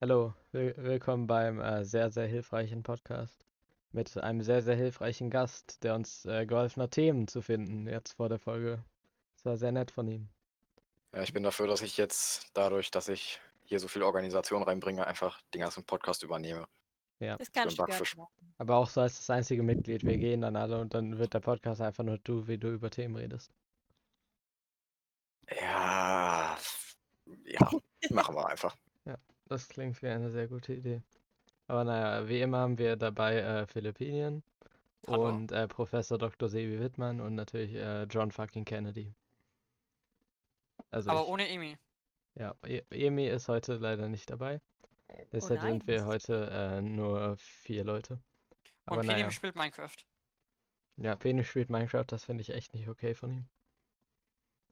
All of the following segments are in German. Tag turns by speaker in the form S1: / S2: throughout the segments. S1: Hallo, will willkommen beim äh, sehr, sehr hilfreichen Podcast mit einem sehr, sehr hilfreichen Gast, der uns äh, geholfen hat, Themen zu finden jetzt vor der Folge. Das war sehr nett von ihm.
S2: Ja, ich bin dafür, dass ich jetzt dadurch, dass ich hier so viel Organisation reinbringe, einfach den ganzen Podcast übernehme.
S1: Ja.
S3: Das
S2: Für
S3: kannst du
S2: den
S3: gerne
S2: Backfisch.
S3: machen.
S1: Aber auch so als das einzige Mitglied. Wir gehen dann alle und dann wird der Podcast einfach nur du, wie du über Themen redest.
S2: Ja, ja, machen wir einfach.
S1: Das klingt wie eine sehr gute Idee. Aber naja, wie immer haben wir dabei äh, Philippinien
S2: Hallo.
S1: und äh, Professor Dr. Sebi Wittmann und natürlich äh, John fucking Kennedy. Also
S4: Aber
S1: ich-
S4: ohne Emi.
S1: Ja, E- Emi ist heute leider nicht dabei. Deshalb sind
S3: nein.
S1: wir heute äh, nur vier Leute.
S4: Und
S1: Aber
S4: Penim
S1: naja,
S4: spielt Minecraft.
S1: ja, Penny spielt Minecraft, das finde ich echt nicht okay von ihm.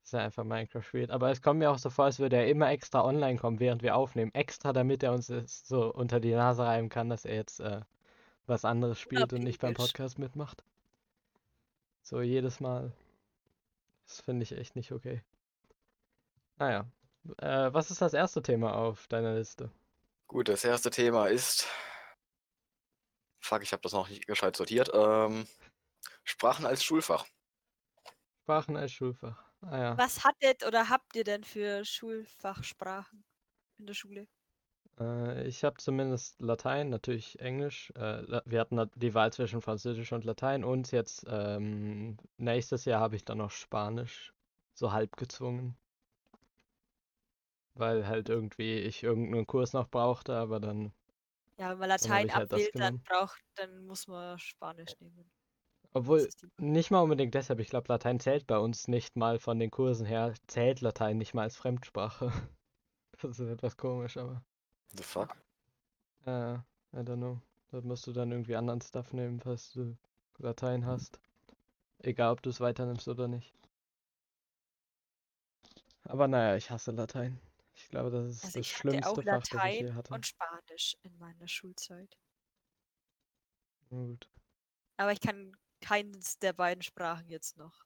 S1: Dass er einfach Minecraft spielt. Aber es kommt mir auch so vor, als würde er immer extra online kommen, während wir aufnehmen. Extra, damit er uns es so unter die Nase reiben kann, dass er jetzt äh, was anderes spielt und nicht beim
S3: Unabhängig.
S1: Podcast mitmacht. So jedes Mal. Das finde ich echt nicht okay. Naja. Äh, was ist das erste Thema auf deiner Liste?
S2: Gut, das erste Thema ist. Fuck, ich habe das noch nicht gescheit sortiert. Ähm, Sprachen als Schulfach.
S1: Sprachen als Schulfach. Ah ja.
S3: Was hattet oder habt ihr denn für Schulfachsprachen in der Schule?
S1: Äh, ich habe zumindest Latein, natürlich Englisch. Äh, La- wir hatten da die Wahl zwischen Französisch und Latein und jetzt ähm, nächstes Jahr habe ich dann noch Spanisch. So halb gezwungen. Weil halt irgendwie ich irgendeinen Kurs noch brauchte, aber dann.
S3: Ja, wenn man
S1: ich
S3: Latein
S1: halt das
S3: abwählt, dann
S1: genommen.
S3: braucht, dann muss man Spanisch nehmen. Das
S1: Obwohl,
S3: ist die-
S1: nicht mal unbedingt deshalb. Ich glaube, Latein zählt bei uns nicht mal von den Kursen her, zählt Latein nicht mal als Fremdsprache. Das ist etwas komisch, aber.
S2: The fuck?
S1: Äh, I don't know. Dort musst du dann irgendwie anderen Stuff nehmen, falls du
S2: Mhm.
S1: Latein hast. Egal, ob du es weiternimmst oder nicht. Aber naja, ich hasse Latein. Ich glaube, das ist
S3: Also
S1: das
S3: ich hatte auch
S1: schlimmste Fach, das ich je
S3: Latein
S1: hatte.
S3: und Spanisch in meiner Schulzeit.
S1: Na gut.
S3: Aber ich kann keines der beiden Sprachen jetzt noch.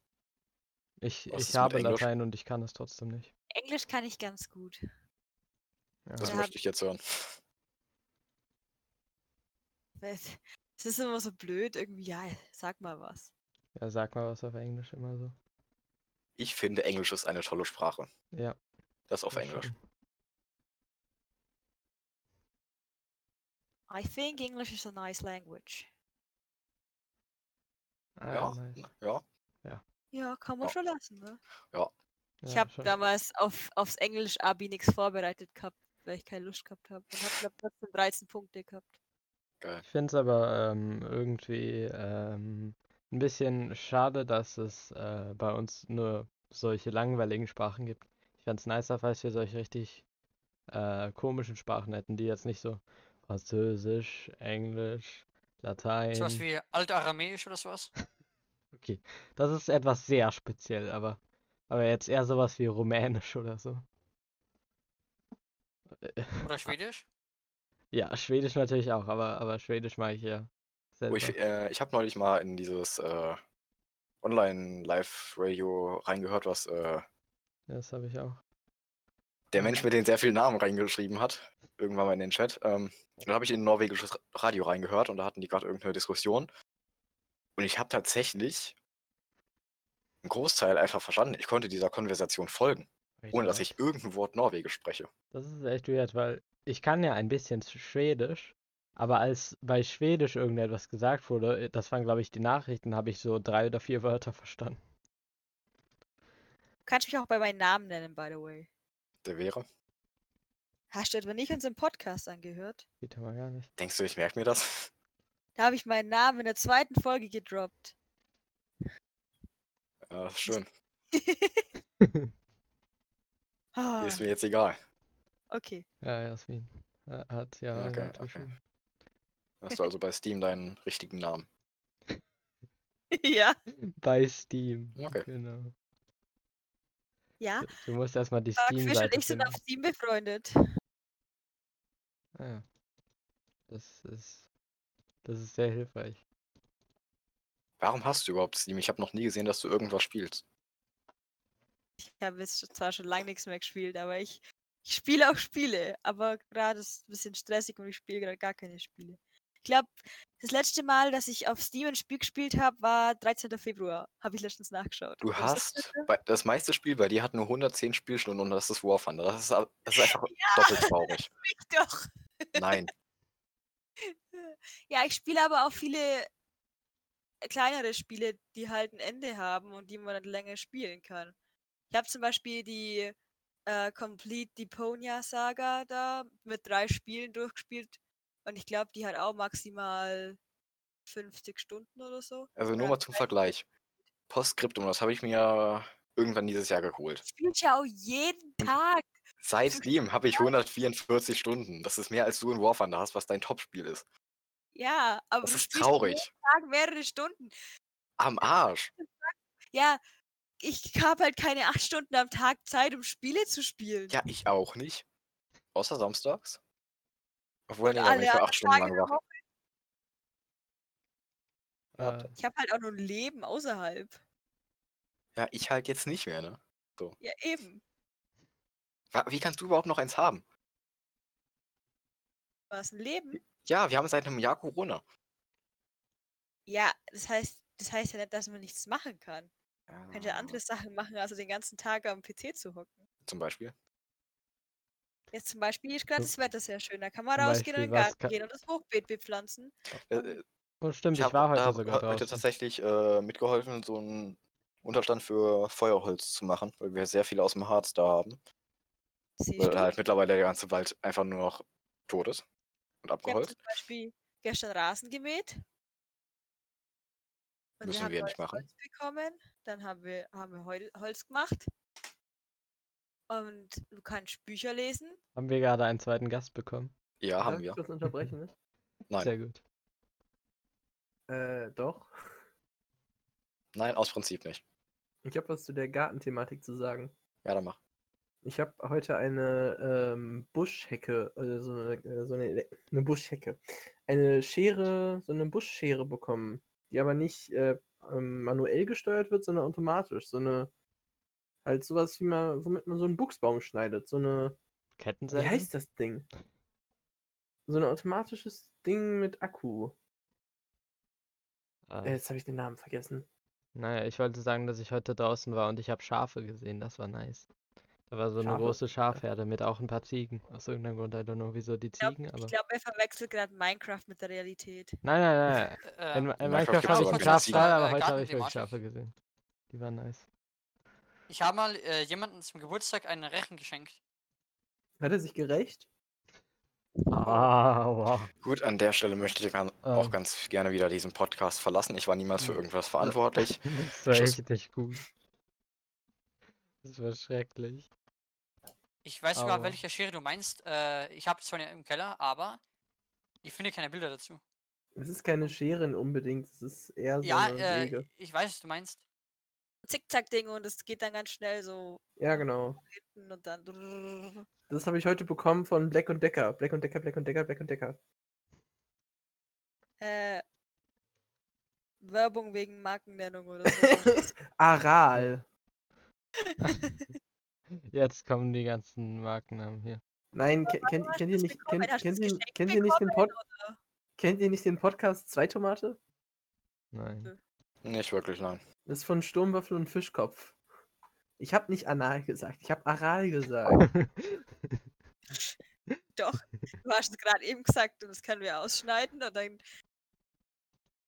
S1: Ich,
S2: Was ist
S1: ich
S2: mit
S1: habe
S2: Englisch?
S1: Latein und ich kann es trotzdem nicht.
S3: Englisch kann ich ganz gut.
S2: Das
S3: Ja.
S2: möchte ich jetzt hören.
S3: Es es ist immer so blöd, irgendwie, ja, sag mal was.
S1: Ja, sag mal was auf Englisch immer so.
S2: Ich finde, Englisch ist eine tolle Sprache.
S1: Ja,
S2: Das auf
S1: das
S2: Englisch.
S1: schon.
S3: I think English is a nice language.
S1: Ah,
S2: Ja,
S1: nice.
S2: ja.
S3: Ja, kann man
S2: Ja.
S3: schon lassen, ne? Ich
S1: Ja,
S3: habe
S1: schon.
S3: damals auf, aufs Englisch-Abi nichts vorbereitet gehabt, weil ich keine Lust gehabt habe. Und habe, glaube trotzdem 13 Punkte gehabt.
S1: Ich finde es aber ähm, irgendwie ähm, ein bisschen schade, dass es äh, bei uns nur solche langweiligen Sprachen gibt. Ich fände es nicer, falls wir solche richtig äh, komischen Sprachen hätten, die jetzt nicht so Französisch, Englisch,
S4: Sowas
S1: Latein.
S4: wie Altaramäisch oder sowas.
S1: Okay, das ist etwas sehr speziell, aber, aber jetzt eher sowas wie Rumänisch oder so. Äh,
S4: Oder Schwedisch.
S1: Ja, Schwedisch natürlich auch, aber, aber Schwedisch mag ich ja
S2: Oh, ich
S1: selber.
S2: äh, ich habe neulich mal in dieses äh, Online-Live-Radio reingehört, was äh,
S1: Das habe ich auch.
S2: der Mensch mit den sehr vielen Namen reingeschrieben hat, irgendwann mal in den Chat. Ähm, dann habe ich in ein norwegisches Ra- Radio reingehört und da hatten die gerade irgendeine Diskussion. Und ich habe tatsächlich einen Großteil einfach verstanden. Ich konnte dieser Konversation folgen,
S1: Wait,
S2: ohne dass
S1: what?
S2: Oh, ich irgendein Wort Norwegisch spreche.
S1: Das ist echt weird, weil ich kann ja ein bisschen Sch- Schwedisch, aber als bei Schwedisch irgendetwas gesagt wurde, äh, das waren glaube ich die Nachrichten, habe ich so drei oder vier Wörter verstanden.
S3: Du kannst mich auch bei meinem Namen nennen, by the way.
S2: Der wäre.
S3: Hast du etwa nicht unseren Podcast angehört?
S1: Geht ja mal gar nicht.
S2: Denkst du, ich merke mir das?
S3: Da habe ich meinen Namen in der zweiten Folge gedroppt.
S2: Ja, ist schön.
S3: Ah,
S2: Ist mir jetzt egal.
S3: okay.
S1: Ja, Jasmin. Äh, Hat ja
S2: Ja, okay,
S1: natürlich
S2: okay.
S1: schon-
S2: Hast du also bei Steam deinen richtigen Namen.
S3: ja.
S1: bei Steam.
S2: Okay.
S1: Genau.
S3: Ja.
S1: Du- Du musst erstmal die
S3: Mark Fisch und
S1: Steam-Seite
S3: ich sind auf
S1: finden.
S3: Steam befreundet.
S1: Ah, ja. Das ist, das ist sehr hilfreich.
S2: Warum hast du überhaupt Steam? Ich habe noch nie gesehen, dass du irgendwas spielst.
S3: Ich habe jetzt zwar schon lange nichts mehr gespielt, aber ich, Ich spiele auch Spiele, aber gerade ist es ein bisschen stressig und ich spiele gerade gar keine Spiele. Ich glaube, das letzte Mal, dass ich auf Steam ein Spiel gespielt habe, war 13. Februar. Habe ich letztens nachgeschaut.
S2: Du
S3: Oder das
S2: hast bei, das meiste Spiel bei dir hat nur 110 Spielstunden und das ist War Thunder. Das ist, ab- das ist einfach doppelt traurig.
S3: letzte Mal Doch.
S2: Nein.
S3: Ja, ich spiele aber auch viele äh, kleinere Spiele, die halt ein Ende haben und die man dann länger spielen kann. Ich habe zum Beispiel die äh, Complete Deponia Saga da mit drei Spielen durchgespielt und ich glaube, die hat auch maximal 50 Stunden oder so.
S2: Also nur
S3: Ja,
S2: mal zum Vergleich. Postskriptum, das habe ich mir irgendwann dieses Jahr geholt.
S3: Spielt ja auch jeden Tag.
S2: Seit Steam habe ich 144 Stunden. Das ist mehr als du in War Thunder hast, was dein Topspiel ist.
S3: Ja, aber
S2: Das
S3: du
S2: ist
S3: spielst jeden
S2: traurig.
S3: Tag mehrere Stunden.
S2: Am Arsch.
S3: Ja, ich habe halt keine acht Stunden am Tag Zeit, um Spiele zu spielen.
S2: Ja, ich auch nicht. Außer samstags. Obwohl, nee, da bin
S3: Alle
S2: ich für
S3: anderen
S2: acht Stunden
S3: Tage
S2: lang
S3: der
S2: wach.
S1: Äh,
S3: Ich habe halt auch nur ein Leben außerhalb.
S2: Ja, ich halt jetzt nicht mehr, ne?
S3: Ja, eben.
S2: Wa- Wie kannst du überhaupt noch eins haben?
S3: War es ein
S2: Hm?
S3: Leben?
S2: Ja, wir haben seit einem Jahr Corona.
S3: Ja, das heißt, das heißt ja nicht, dass man nichts machen kann. Man könnte
S2: Ah,
S3: andere Sachen machen, als den ganzen Tag am PC zu hocken.
S2: Zum Beispiel.
S3: Jetzt zum Beispiel ist gerade
S1: Zum-
S3: das Wetter sehr schön. Da kann man
S1: zum
S3: rausgehen und in den
S1: Beispiel, was
S3: Garten
S1: kann-
S3: gehen und das Hochbeet bepflanzen.
S2: Äh, äh,
S1: oh, stimmt, ich,
S2: hab-
S1: war heute
S2: da-
S1: sogar
S2: heute
S1: draußen.
S2: tatsächlich äh, mitgeholfen, so einen Unterstand für Feuerholz zu machen, weil wir sehr viel aus dem Harz da haben.
S3: Siehst
S2: Weil
S3: du?
S2: halt mittlerweile der ganze Wald einfach nur noch tot ist und
S3: Ich habe
S2: abgeholzt.
S3: zum Beispiel gestern Rasen gemäht. Und
S2: Müssen
S3: haben
S2: wir nicht
S3: neues
S2: machen.
S3: Holz bekommen. Dann haben wir, haben wir Hol Holz gemacht. Und du kannst Bücher lesen.
S1: Haben wir gerade einen zweiten Gast bekommen?
S2: Ja, haben
S5: Darf ich
S2: wir.
S5: kurz unterbrechen?
S2: Nein.
S1: Sehr gut.
S5: Äh, doch.
S2: Nein, aus Prinzip nicht.
S5: Ich habe was zu der Gartenthematik zu sagen.
S2: Ja, dann mach.
S5: Ich habe heute eine ähm, Buschhecke, also so eine, äh, so eine, Ele- eine Buschhecke, eine Schere, so eine Buschschere bekommen, die aber nicht äh, ähm, manuell gesteuert wird, sondern automatisch. So eine, halt sowas, wie man, womit man so einen Buchsbaum schneidet. So eine, wie
S1: Kettensäge?
S5: heißt das Ding? So ein automatisches Ding mit Akku.
S1: Ah,
S5: Äh, jetzt habe ich den Namen vergessen.
S1: naja, ich wollte sagen, dass ich heute draußen war und ich habe Schafe gesehen. Das war nice. Da war so eine
S5: Schafe?
S1: große Schafherde mit auch ein paar Ziegen. Aus irgendeinem Grund, I don't know, wieso die
S3: glaub-
S1: Ziegen, aber.
S3: Ich glaube, er verwechselt gerade Minecraft mit der Realität.
S1: Nein, nein, nein.
S4: Äh,
S1: In, Ma- in
S2: Minecraft
S1: Minecraft
S2: gibt's
S1: habe ich
S2: sogar
S1: einen
S2: keine Ziegen.
S1: Schafstall, aber
S4: Äh,
S1: heute habe ich wirklich
S4: Gartenthematik.
S1: Schafe gesehen. Die waren nice.
S4: ich habe mal äh, jemandem zum Geburtstag einen Rechen geschenkt.
S5: Hat er sich gerecht?
S1: Ah, wow.
S2: Gut, an der Stelle möchte ich gan- auch
S1: Ähm.
S2: ganz gerne wieder diesen Podcast verlassen. Ich war niemals für
S1: Hm. Ja.
S2: irgendwas verantwortlich.
S1: Das war
S2: Tschüss.
S1: richtig gut. Das war schrecklich.
S4: Ich weiß sogar,
S1: Aua.
S4: welche Schere du meinst. Äh, ich habe zwar im Keller, aber ich finde keine Bilder dazu.
S5: Es ist keine Schere unbedingt, es ist eher so
S4: Ja,
S5: eine
S4: äh,
S5: Säge.
S4: ich weiß, was du meinst.
S3: Zickzack-Ding und es geht dann ganz schnell so
S5: Ja, genau.
S3: hinten und dann. drrrr.
S5: Das habe ich heute bekommen von Black und Decker. Black und Decker, Black und Decker, Black und Decker.
S3: Äh, Werbung wegen Markennennung oder so.
S5: Ah, Aral.
S1: Jetzt kommen die ganzen Markennamen hier.
S5: Nein, ke- kennt,
S3: hast
S5: kennt
S3: du
S5: ihr
S3: das
S5: nicht,
S3: bekommen?
S5: kennt,
S3: Hast du
S5: kennt,
S3: das
S5: ihr,
S3: geschenkt
S5: kennt, ihr nicht den Pod,
S3: bekommen, oder?
S5: kennt ihr nicht den Podcast Zwei Tomate?
S1: Nein.
S2: Nicht wirklich, nein.
S5: Das ist von Sturmwaffel und Fischkopf. Ich habe nicht Anal gesagt, ich habe Aral gesagt.
S3: Doch, du hast es gerade eben gesagt und das können wir ausschneiden und dann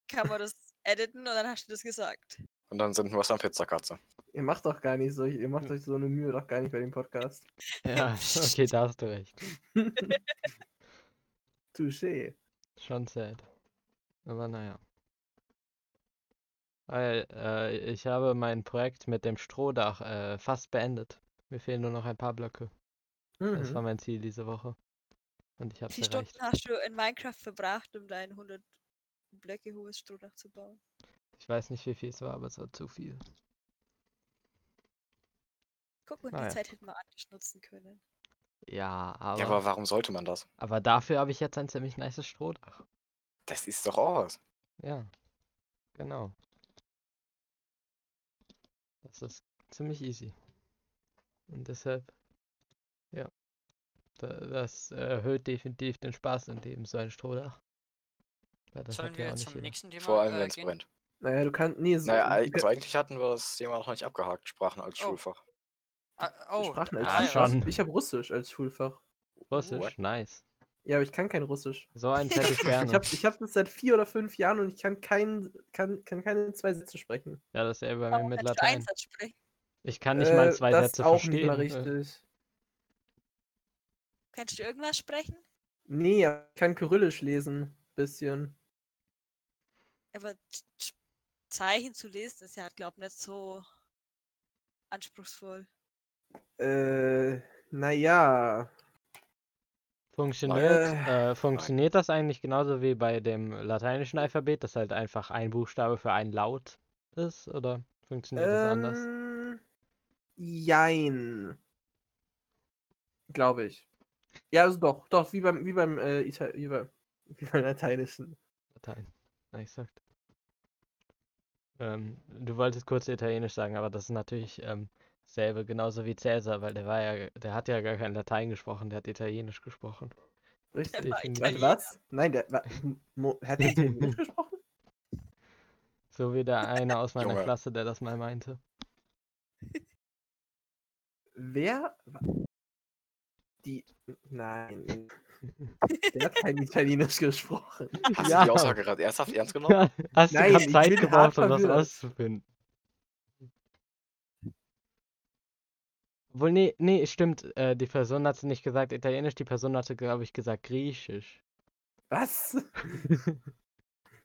S3: kann man das editen und dann hast du das gesagt.
S2: Und dann sind wir was am Pizzakatze.
S5: ihr macht doch gar nicht so, ihr macht euch so eine Mühe doch gar nicht bei dem Podcast.
S1: ja, okay, da hast du recht.
S5: Touché.
S1: Schon sad. Aber naja. Weil, äh, ich habe mein Projekt mit dem Strohdach äh, fast beendet. Mir fehlen nur noch ein paar Blöcke. Das war
S5: Mhm.
S1: mein Ziel diese Woche. Und ich habe
S3: Wie
S1: es
S3: viele
S1: erreicht.
S3: Stunden hast du in Minecraft verbracht, um dein 100 Blöcke hohes Strohdach zu bauen?
S1: Ich weiß nicht, wie viel es war, aber es war zu viel.
S3: Guck mal, die
S1: Ah ja.
S3: Zeit hätten wir anders nutzen können.
S1: Ja, aber,
S2: Ja, aber warum sollte man das?
S1: aber dafür habe ich jetzt ein ziemlich nices Strohdach.
S2: Das ist doch auch was.
S1: Ja, genau. Das ist ziemlich easy. Und deshalb, ja, Da- Das erhöht definitiv den Spaß in dem so ein Strohdach. Weil das
S4: Sollen
S1: hat ja
S4: wir
S1: auch
S4: zum
S1: nicht jeder.
S4: nächsten Thema
S2: Vor allem,
S4: äh,
S2: wenn es
S4: gehen?
S2: brennt.
S5: Naja, du kannst. Nee, so.
S1: äh,
S2: Naja,
S5: du
S2: also
S5: kann-
S2: eigentlich hatten wir das Thema noch nicht abgehakt, Sprachen als
S4: Oh.
S2: Schulfach.
S4: Ah, oh,
S5: Sprachen als
S4: ah, ja.
S1: Schulfach.
S5: Schulfach. Ich habe Russisch als Schulfach.
S1: Russisch,
S2: What?
S1: nice.
S5: Ja, aber ich kann kein Russisch.
S1: So eins hätte ich gerne.
S5: Ich habe ich hab das seit vier oder fünf Jahren und ich kann, kein, kann, kann keine zwei Sätze sprechen.
S1: Ja, das ist eher bei mir
S3: Warum
S1: mit
S3: kannst du einen
S1: Latein.
S3: Satz sprechen?
S1: Ich kann nicht mal
S5: Äh,
S1: zwei
S5: das
S1: Sätze
S5: auch
S1: verstehen.
S5: nicht mal
S1: äh,
S5: richtig.
S3: Kannst du irgendwas sprechen?
S5: Nee, aber ich kann Kyrillisch lesen. Bisschen.
S3: Aber Z- Z- Zeichen zu lesen ist ja, glaube ich, nicht so anspruchsvoll.
S5: Äh, naja.
S1: Funktioniert,
S5: Äh,
S1: äh, funktioniert das eigentlich genauso wie bei dem lateinischen Alphabet, dass halt einfach ein Buchstabe für einen Laut ist? Oder funktioniert das anders?
S5: Ähm, jein. Glaube ich. Ja, also doch, doch, wie beim, wie beim, äh, Ita wie beim, wie beim Lateinischen.
S1: Latein. Ah, Ja, exakt. Ähm, du wolltest kurz Italienisch sagen, aber das ist natürlich ähm, dasselbe, genauso wie Cäsar, weil der war ja, der hat ja gar kein Latein gesprochen, der hat Italienisch gesprochen.
S5: Richtig.
S3: war
S1: Definitiv.
S5: Warte,
S3: Italiener.
S5: was? Nein, der war, Mo- hat der Italienisch gesprochen?
S1: So wie der eine aus meiner
S2: Junge.
S1: Klasse, der das mal meinte.
S5: Wer? wa- Die. Nein. Der hat kein Italienisch gesprochen.
S2: Hast
S1: Ja.
S2: du die Aussage gerade ernsthaft ernst genommen?
S1: Ja, Hast du
S5: Nein,
S1: gerade
S5: ich
S1: Zeit
S5: bin hart
S1: gebraucht, um das
S5: verwirrt.
S1: auszufinden? Wohl, nee, nee, stimmt. Äh, die Person hat nicht gesagt Italienisch, die Person hatte, glaube ich, gesagt Griechisch.
S5: Was?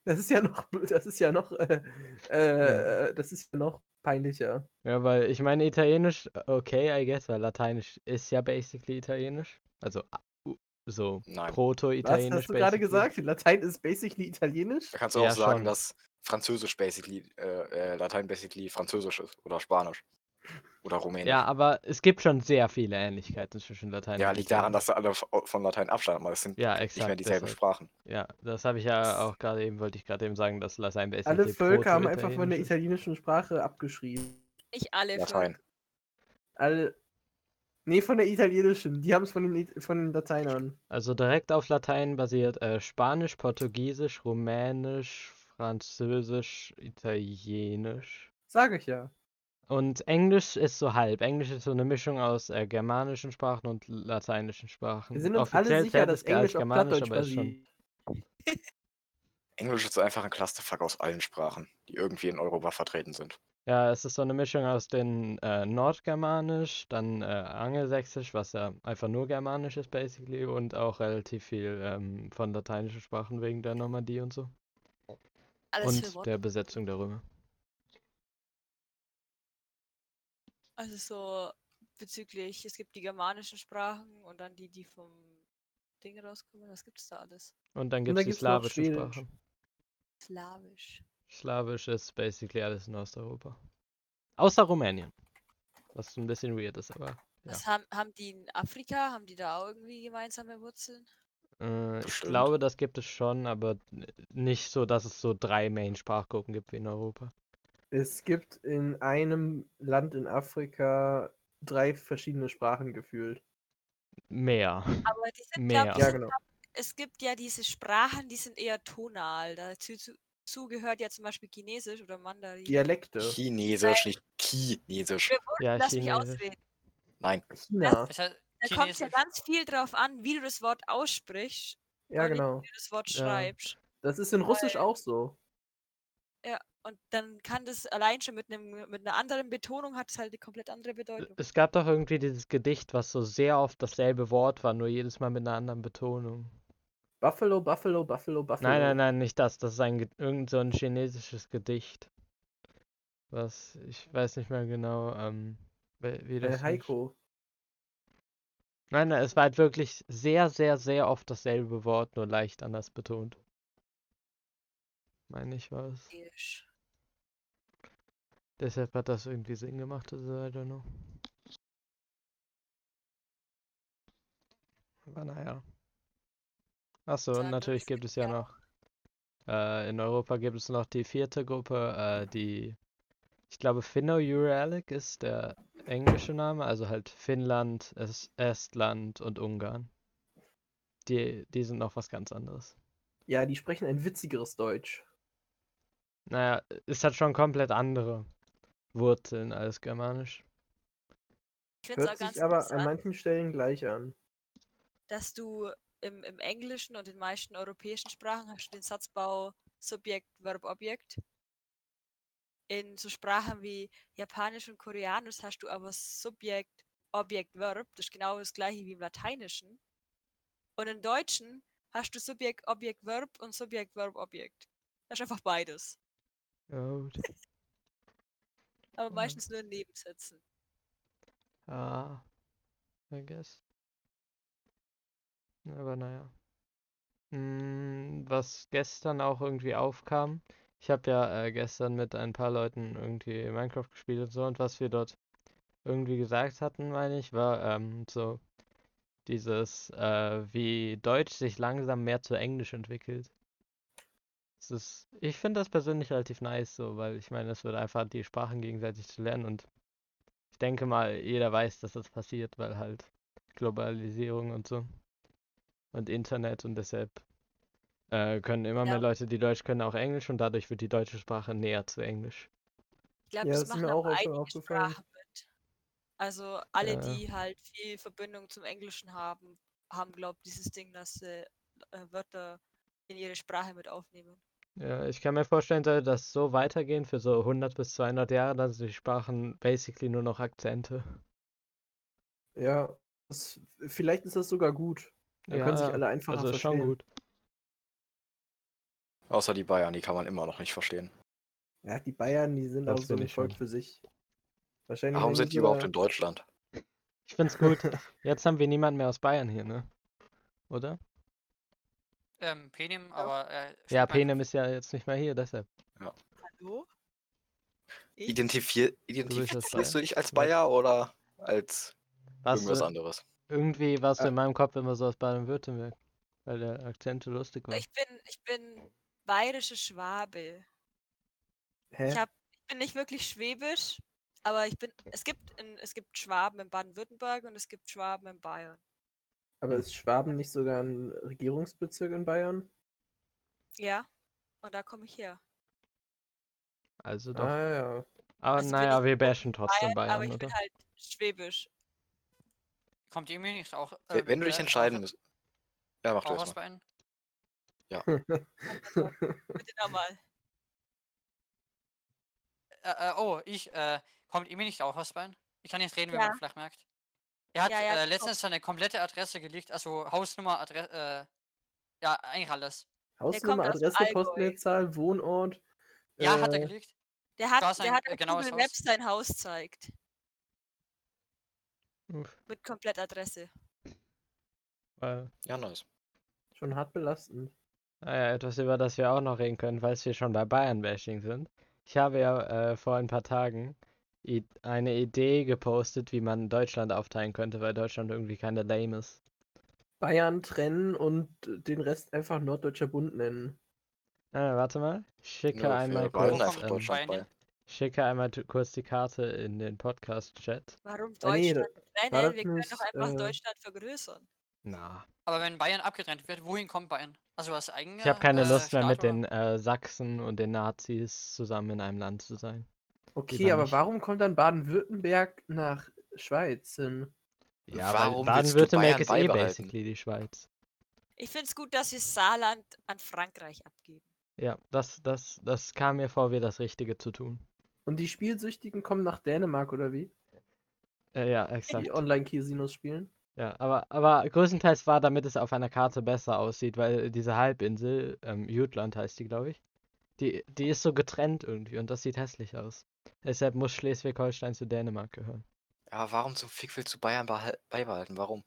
S5: Das ist ja noch, das ist ja noch, äh, äh, äh, das ist ja noch peinlicher.
S1: Ja, weil ich meine, Italienisch, okay, I guess, weil Lateinisch ist ja basically Italienisch. Also a- u- so
S2: Nein.
S5: Was
S1: Proto-Italienisch.
S5: hast du gerade
S1: basically.
S5: gesagt? Latein ist basically Italienisch?
S2: Da kannst du
S1: Ja,
S2: auch sagen,
S1: schon.
S2: dass Französisch basically, äh, äh, Latein basically Französisch ist oder Spanisch. Oder Rumänisch.
S1: Ja, aber es gibt schon sehr viele Ähnlichkeiten zwischen Latein
S2: Ja,
S1: und
S2: liegt daran,
S1: Italienisch.
S2: dass sie alle f- von Latein abstammen, aber es sind
S1: Ja,
S2: nicht mehr
S1: exakt.
S2: dieselben
S1: deshalb.
S2: Sprachen.
S1: Ja, das habe ich ja auch gerade eben, wollte ich gerade eben sagen, dass Latein basically
S5: Alle Völker haben einfach von der
S1: Proto-Italienisch ist.
S5: italienischen Sprache abgeschrieben.
S3: Nicht alle
S2: Latein.
S5: Alle. Nee, von der italienischen. Die haben es von den, It- von den Lateinern.
S1: Also direkt auf Latein basiert äh, Spanisch, Portugiesisch, Rumänisch, Französisch, Italienisch.
S5: Sage ich ja.
S1: Und Englisch ist so halb. Englisch ist so eine Mischung aus äh, germanischen Sprachen und lateinischen Sprachen.
S5: Wir sind uns
S1: Offiziell
S5: alle sicher,
S1: zählt
S5: dass
S1: es gar als
S5: Englisch auf Plattdeutsch
S1: aber ist schon-
S5: basiert.
S2: Englisch ist einfach ein Clusterfuck aus allen Sprachen, die irgendwie in Europa vertreten sind.
S1: Ja, es ist so eine Mischung aus den äh, Nordgermanisch, dann äh, Angelsächsisch, was ja einfach nur Germanisch ist, basically, und auch relativ viel ähm, von lateinischen Sprachen wegen der Normandie und so.
S3: Alles für
S1: Und
S3: Worte.
S1: der Besetzung der Römer.
S3: Also so bezüglich, es gibt die germanischen Sprachen und dann die, die vom Ding rauskommen. Was gibt's da alles?
S1: Und dann
S5: Und
S1: gibt
S5: dann
S1: es die
S5: gibt's noch
S1: slawischen
S5: Schwedisch.
S1: Sprachen.
S3: Slawisch.
S1: Slawisch ist basically alles in Osteuropa. Außer Rumänien. Was ein bisschen weird ist, aber. Ja.
S3: Was haben, haben die in Afrika? Haben die da auch irgendwie gemeinsame Wurzeln?
S1: Äh, ich
S2: Bestimmt.
S1: glaube, das gibt es schon, aber n- nicht so, dass es so drei Main-Sprachgruppen gibt wie in Europa.
S5: Es gibt in einem Land in Afrika drei verschiedene Sprachen gefühlt.
S1: Mehr.
S3: Aber die sind,
S1: Mehr.
S3: glaube ich,
S5: Ja,
S3: so-
S5: genau.
S3: es gibt ja diese Sprachen, die sind eher tonal. Dazu zu, zu gehört ja zum Beispiel Chinesisch oder Mandarin.
S5: Dialekte.
S2: Chinesisch, nicht Chinesisch.
S3: Wir wurden,
S1: Ja,
S3: lass mich
S1: Chinesisch.
S3: ausreden.
S2: Nein.
S5: China.
S4: Das heißt,
S3: Da kommt ja
S4: Chinesisch.
S3: ganz viel drauf an, wie du das Wort aussprichst,
S5: Ja,
S3: und nicht,
S5: genau.
S3: wie du das Wort
S1: Ja.
S3: schreibst.
S5: Das ist in Russisch
S3: Weil-
S5: auch so.
S3: Und dann kann das allein schon mit, einem, mit einer anderen Betonung hat es halt eine komplett andere
S5: Äh,
S3: Bedeutung.
S1: Es gab doch irgendwie dieses Gedicht, was so sehr oft dasselbe Wort war, nur jedes Mal mit einer anderen Betonung.
S5: Buffalo, Buffalo, Buffalo, Buffalo.
S1: Nein, nein, nein, nicht das. Das ist ein, Ge- irgend so ein chinesisches Gedicht. Was, ich weiß nicht mehr genau, ähm, wie, wie das
S5: Äh,
S1: hieß.
S5: Heiko.
S1: Nein, nein, es war halt wirklich sehr, sehr, sehr oft dasselbe Wort, nur leicht anders betont. Meine ich war
S5: äh,
S1: es.
S3: Chinesisch.
S1: Deshalb hat das irgendwie Sinn gemacht, also I don't know. Aber naja. Achso,
S3: Sag
S1: und
S3: mal,
S1: natürlich
S3: es
S1: gibt
S3: gibt
S1: es ja
S3: ja
S1: noch. Äh, in Europa gibt es noch die vierte Gruppe, äh, die. Ich glaube, Finno-Uralic ist der englische Name, also halt Finnland, Es- Estland und Ungarn. Die, die sind noch was ganz anderes.
S5: Ja, die sprechen ein witzigeres Deutsch.
S1: Naja, es hat schon komplett andere Wurzeln als Germanisch.
S3: Ich finde es auch
S5: Hört
S3: ganz
S5: sich aber an
S3: interessant,
S5: manchen Stellen gleich an.
S3: dass du im, im Englischen und in meisten europäischen Sprachen hast du den Satzbau Subjekt, Verb, Objekt. In so Sprachen wie Japanisch und Koreanisch hast du aber Subjekt, Objekt, Verb. Das ist genau das gleiche wie im Lateinischen. Und im Deutschen hast du Subjekt, Objekt, Verb und Subjekt, Verb, Objekt. Das ist einfach beides. Oh,
S1: Gut.
S3: Aber
S1: Ja.
S3: meistens nur in Nebensätzen.
S1: Ah, I guess. Aber naja. Mm, was gestern auch irgendwie aufkam, ich habe ja äh, gestern mit ein paar Leuten irgendwie Minecraft gespielt und so und was wir dort irgendwie gesagt hatten, meine ich, war ähm, so dieses, äh, wie Deutsch sich langsam mehr zu Englisch entwickelt. Es ist, ich finde das persönlich relativ nice so, weil ich meine, es wird einfach die Sprachen gegenseitig zu lernen und ich denke mal, jeder weiß, dass das passiert, weil halt Globalisierung und so und Internet und deshalb äh, können immer mehr
S3: Ja.
S1: Leute, die Deutsch können, auch Englisch und dadurch wird die deutsche Sprache näher zu Englisch.
S3: Ich glaube,
S5: Ja,
S3: das,
S5: das ist
S3: machen
S5: mir
S3: auch
S5: auch schon
S3: einige
S5: aufgefallen.
S3: Sprachen mit. Also alle,
S1: Ja.
S3: die halt viel Verbindung zum Englischen haben, haben, glaube ich, dieses Ding, dass sie äh, Wörter in ihre Sprache mit aufnehmen.
S1: Ja, ich kann mir vorstellen, sollte das so weitergehen für so 100 bis 200 Jahre, dann sind die Sprachen basically nur noch Akzente.
S5: Ja, das, vielleicht ist das sogar gut. Dann können sich
S1: Ja,
S5: alle einfacher
S1: also ist schon
S5: verstehen.
S1: gut.
S2: Außer die Bayern, die kann man immer noch nicht verstehen.
S5: Ja, die Bayern, die sind
S1: Das
S5: auch so
S1: finde
S5: ein
S1: ich
S5: Volk
S1: schon.
S5: für sich. Wahrscheinlich
S2: Warum
S5: werden
S2: sind die
S5: sogar-
S2: überhaupt in Deutschland?
S1: Ich find's gut. Jetzt haben wir niemanden mehr aus Bayern hier, ne? Oder?
S4: Ähm, Penim, aber. Äh,
S1: Ja,
S4: spielt
S1: Penem
S4: Minecraft.
S1: ist ja jetzt nicht mehr hier, deshalb.
S3: Hallo? Ich?
S2: Identifier
S1: bist jetzt
S2: identifizierst du
S1: Bayer?
S2: dich als
S1: halt. Ja.
S2: Bayer oder als
S1: Warst
S2: irgendwas
S1: du,
S2: anderes?
S1: irgendwie warst du
S5: Ah.
S1: in meinem Kopf immer so aus Baden-Württemberg, weil der Akzent so lustig war.
S3: ich bin, ich bin bayerische Schwabe.
S5: Hä?
S3: Ich hab- Ich bin nicht wirklich schwäbisch, aber ich bin. Es gibt in, es gibt Schwaben in Baden-Württemberg und es gibt Schwaben in Bayern.
S5: Aber ist Schwaben nicht sogar ein Regierungsbezirk in Bayern?
S3: Ja. Und da komme ich her.
S1: Also doch.
S5: Ah ja.
S1: Aber
S3: also bin
S1: naja,
S3: ich
S1: wir bashen trotzdem
S3: Bayern, aber
S1: Bayern,
S3: ich
S1: oder?
S3: bin halt schwäbisch.
S4: Kommt ihr mir nicht auch.
S2: W-
S4: ähm,
S2: Wenn du dich
S4: äh,
S2: entscheiden
S4: auch-
S2: müsst. Ja, mach du
S4: Auch aus
S2: erstmal.
S4: Bayern?
S3: Bitte nochmal.
S4: Äh, äh, oh, ich. Äh, kommt ihr mir nicht auch aus Bayern? Ich kann nicht reden, wenn
S3: Ja.
S4: man flach merkt. Er hat
S3: Ja, ja,
S4: äh,
S3: genau.
S4: letztens seine komplette Adresse gelegt, also Hausnummer, Adresse. Äh, ja, eigentlich alles.
S5: Hausnummer,
S3: aus dem
S5: Adresse,
S3: Allgäu.
S5: Postleitzahl, Wohnort.
S4: Ja, hat er
S5: äh,
S4: gelegt.
S3: Der hat,
S4: Da ist
S3: der
S4: ein,
S3: hat
S4: äh,
S3: auf
S4: genaues
S3: Google
S4: Haus.
S3: Maps sein Haus zeigt.
S1: Uff,
S3: Mit komplett Adresse.
S1: weil-
S2: Ja, nice.
S5: Schon hart belastend.
S1: Naja, etwas, über das wir auch noch reden können, falls wir schon bei Bayern-Bashing sind. Ich habe ja äh, vor ein paar Tagen i- eine Idee gepostet, wie man Deutschland aufteilen könnte, weil Deutschland irgendwie keine lame ist.
S5: Bayern trennen und den Rest einfach Norddeutscher Bund nennen.
S1: Äh, warte mal, ich schicke
S2: Nö, wir
S1: einmal
S2: behalten
S1: kurz,
S2: einfach
S1: ähm,
S2: Deutschland
S4: Bayern
S2: bei.
S4: hin?
S1: schicke einmal tu- kurz die Karte in den Podcast-Chat.
S3: Warum
S5: Ah, nee, da-
S3: Deutschland
S5: war
S3: trennen?
S5: das
S3: Wir können doch
S5: nicht,
S3: einfach
S5: äh,
S3: Deutschland vergrößern.
S1: Na,
S4: Aber wenn Bayern abgetrennt wird, wohin kommt Bayern? Also als eigene.
S1: ich habe keine
S4: äh,
S1: Lust mehr mit
S4: Staat, oder?
S1: den äh, Sachsen und den Nazis zusammen in einem Land zu sein.
S5: Okay,
S1: Lieber
S5: aber
S1: nicht.
S5: warum kommt dann Baden-Württemberg nach Schweiz hin?
S1: Ja, weil
S2: Warum willst du
S1: Baden-Württemberg
S2: Bayern
S1: ist eh
S2: beibehalten?
S1: basically die Schweiz.
S3: Ich finde es gut, dass wir Saarland an Frankreich abgeben.
S1: Ja, das, das, das kam mir vor, wie das Richtige zu tun.
S5: Und die Spielsüchtigen kommen nach Dänemark oder wie?
S1: Äh, ja,
S5: Die
S1: exakt.
S5: Online-Casinos spielen?
S1: Ja, aber, aber größtenteils war, damit es auf einer Karte besser aussieht, weil diese Halbinsel, ähm, Jutland heißt die, glaube ich, die, die ist so getrennt irgendwie und das sieht hässlich aus. Deshalb muss Schleswig-Holstein zu Dänemark gehören.
S2: Aber warum zum Fick willst du Bayern behal- beibehalten? Warum?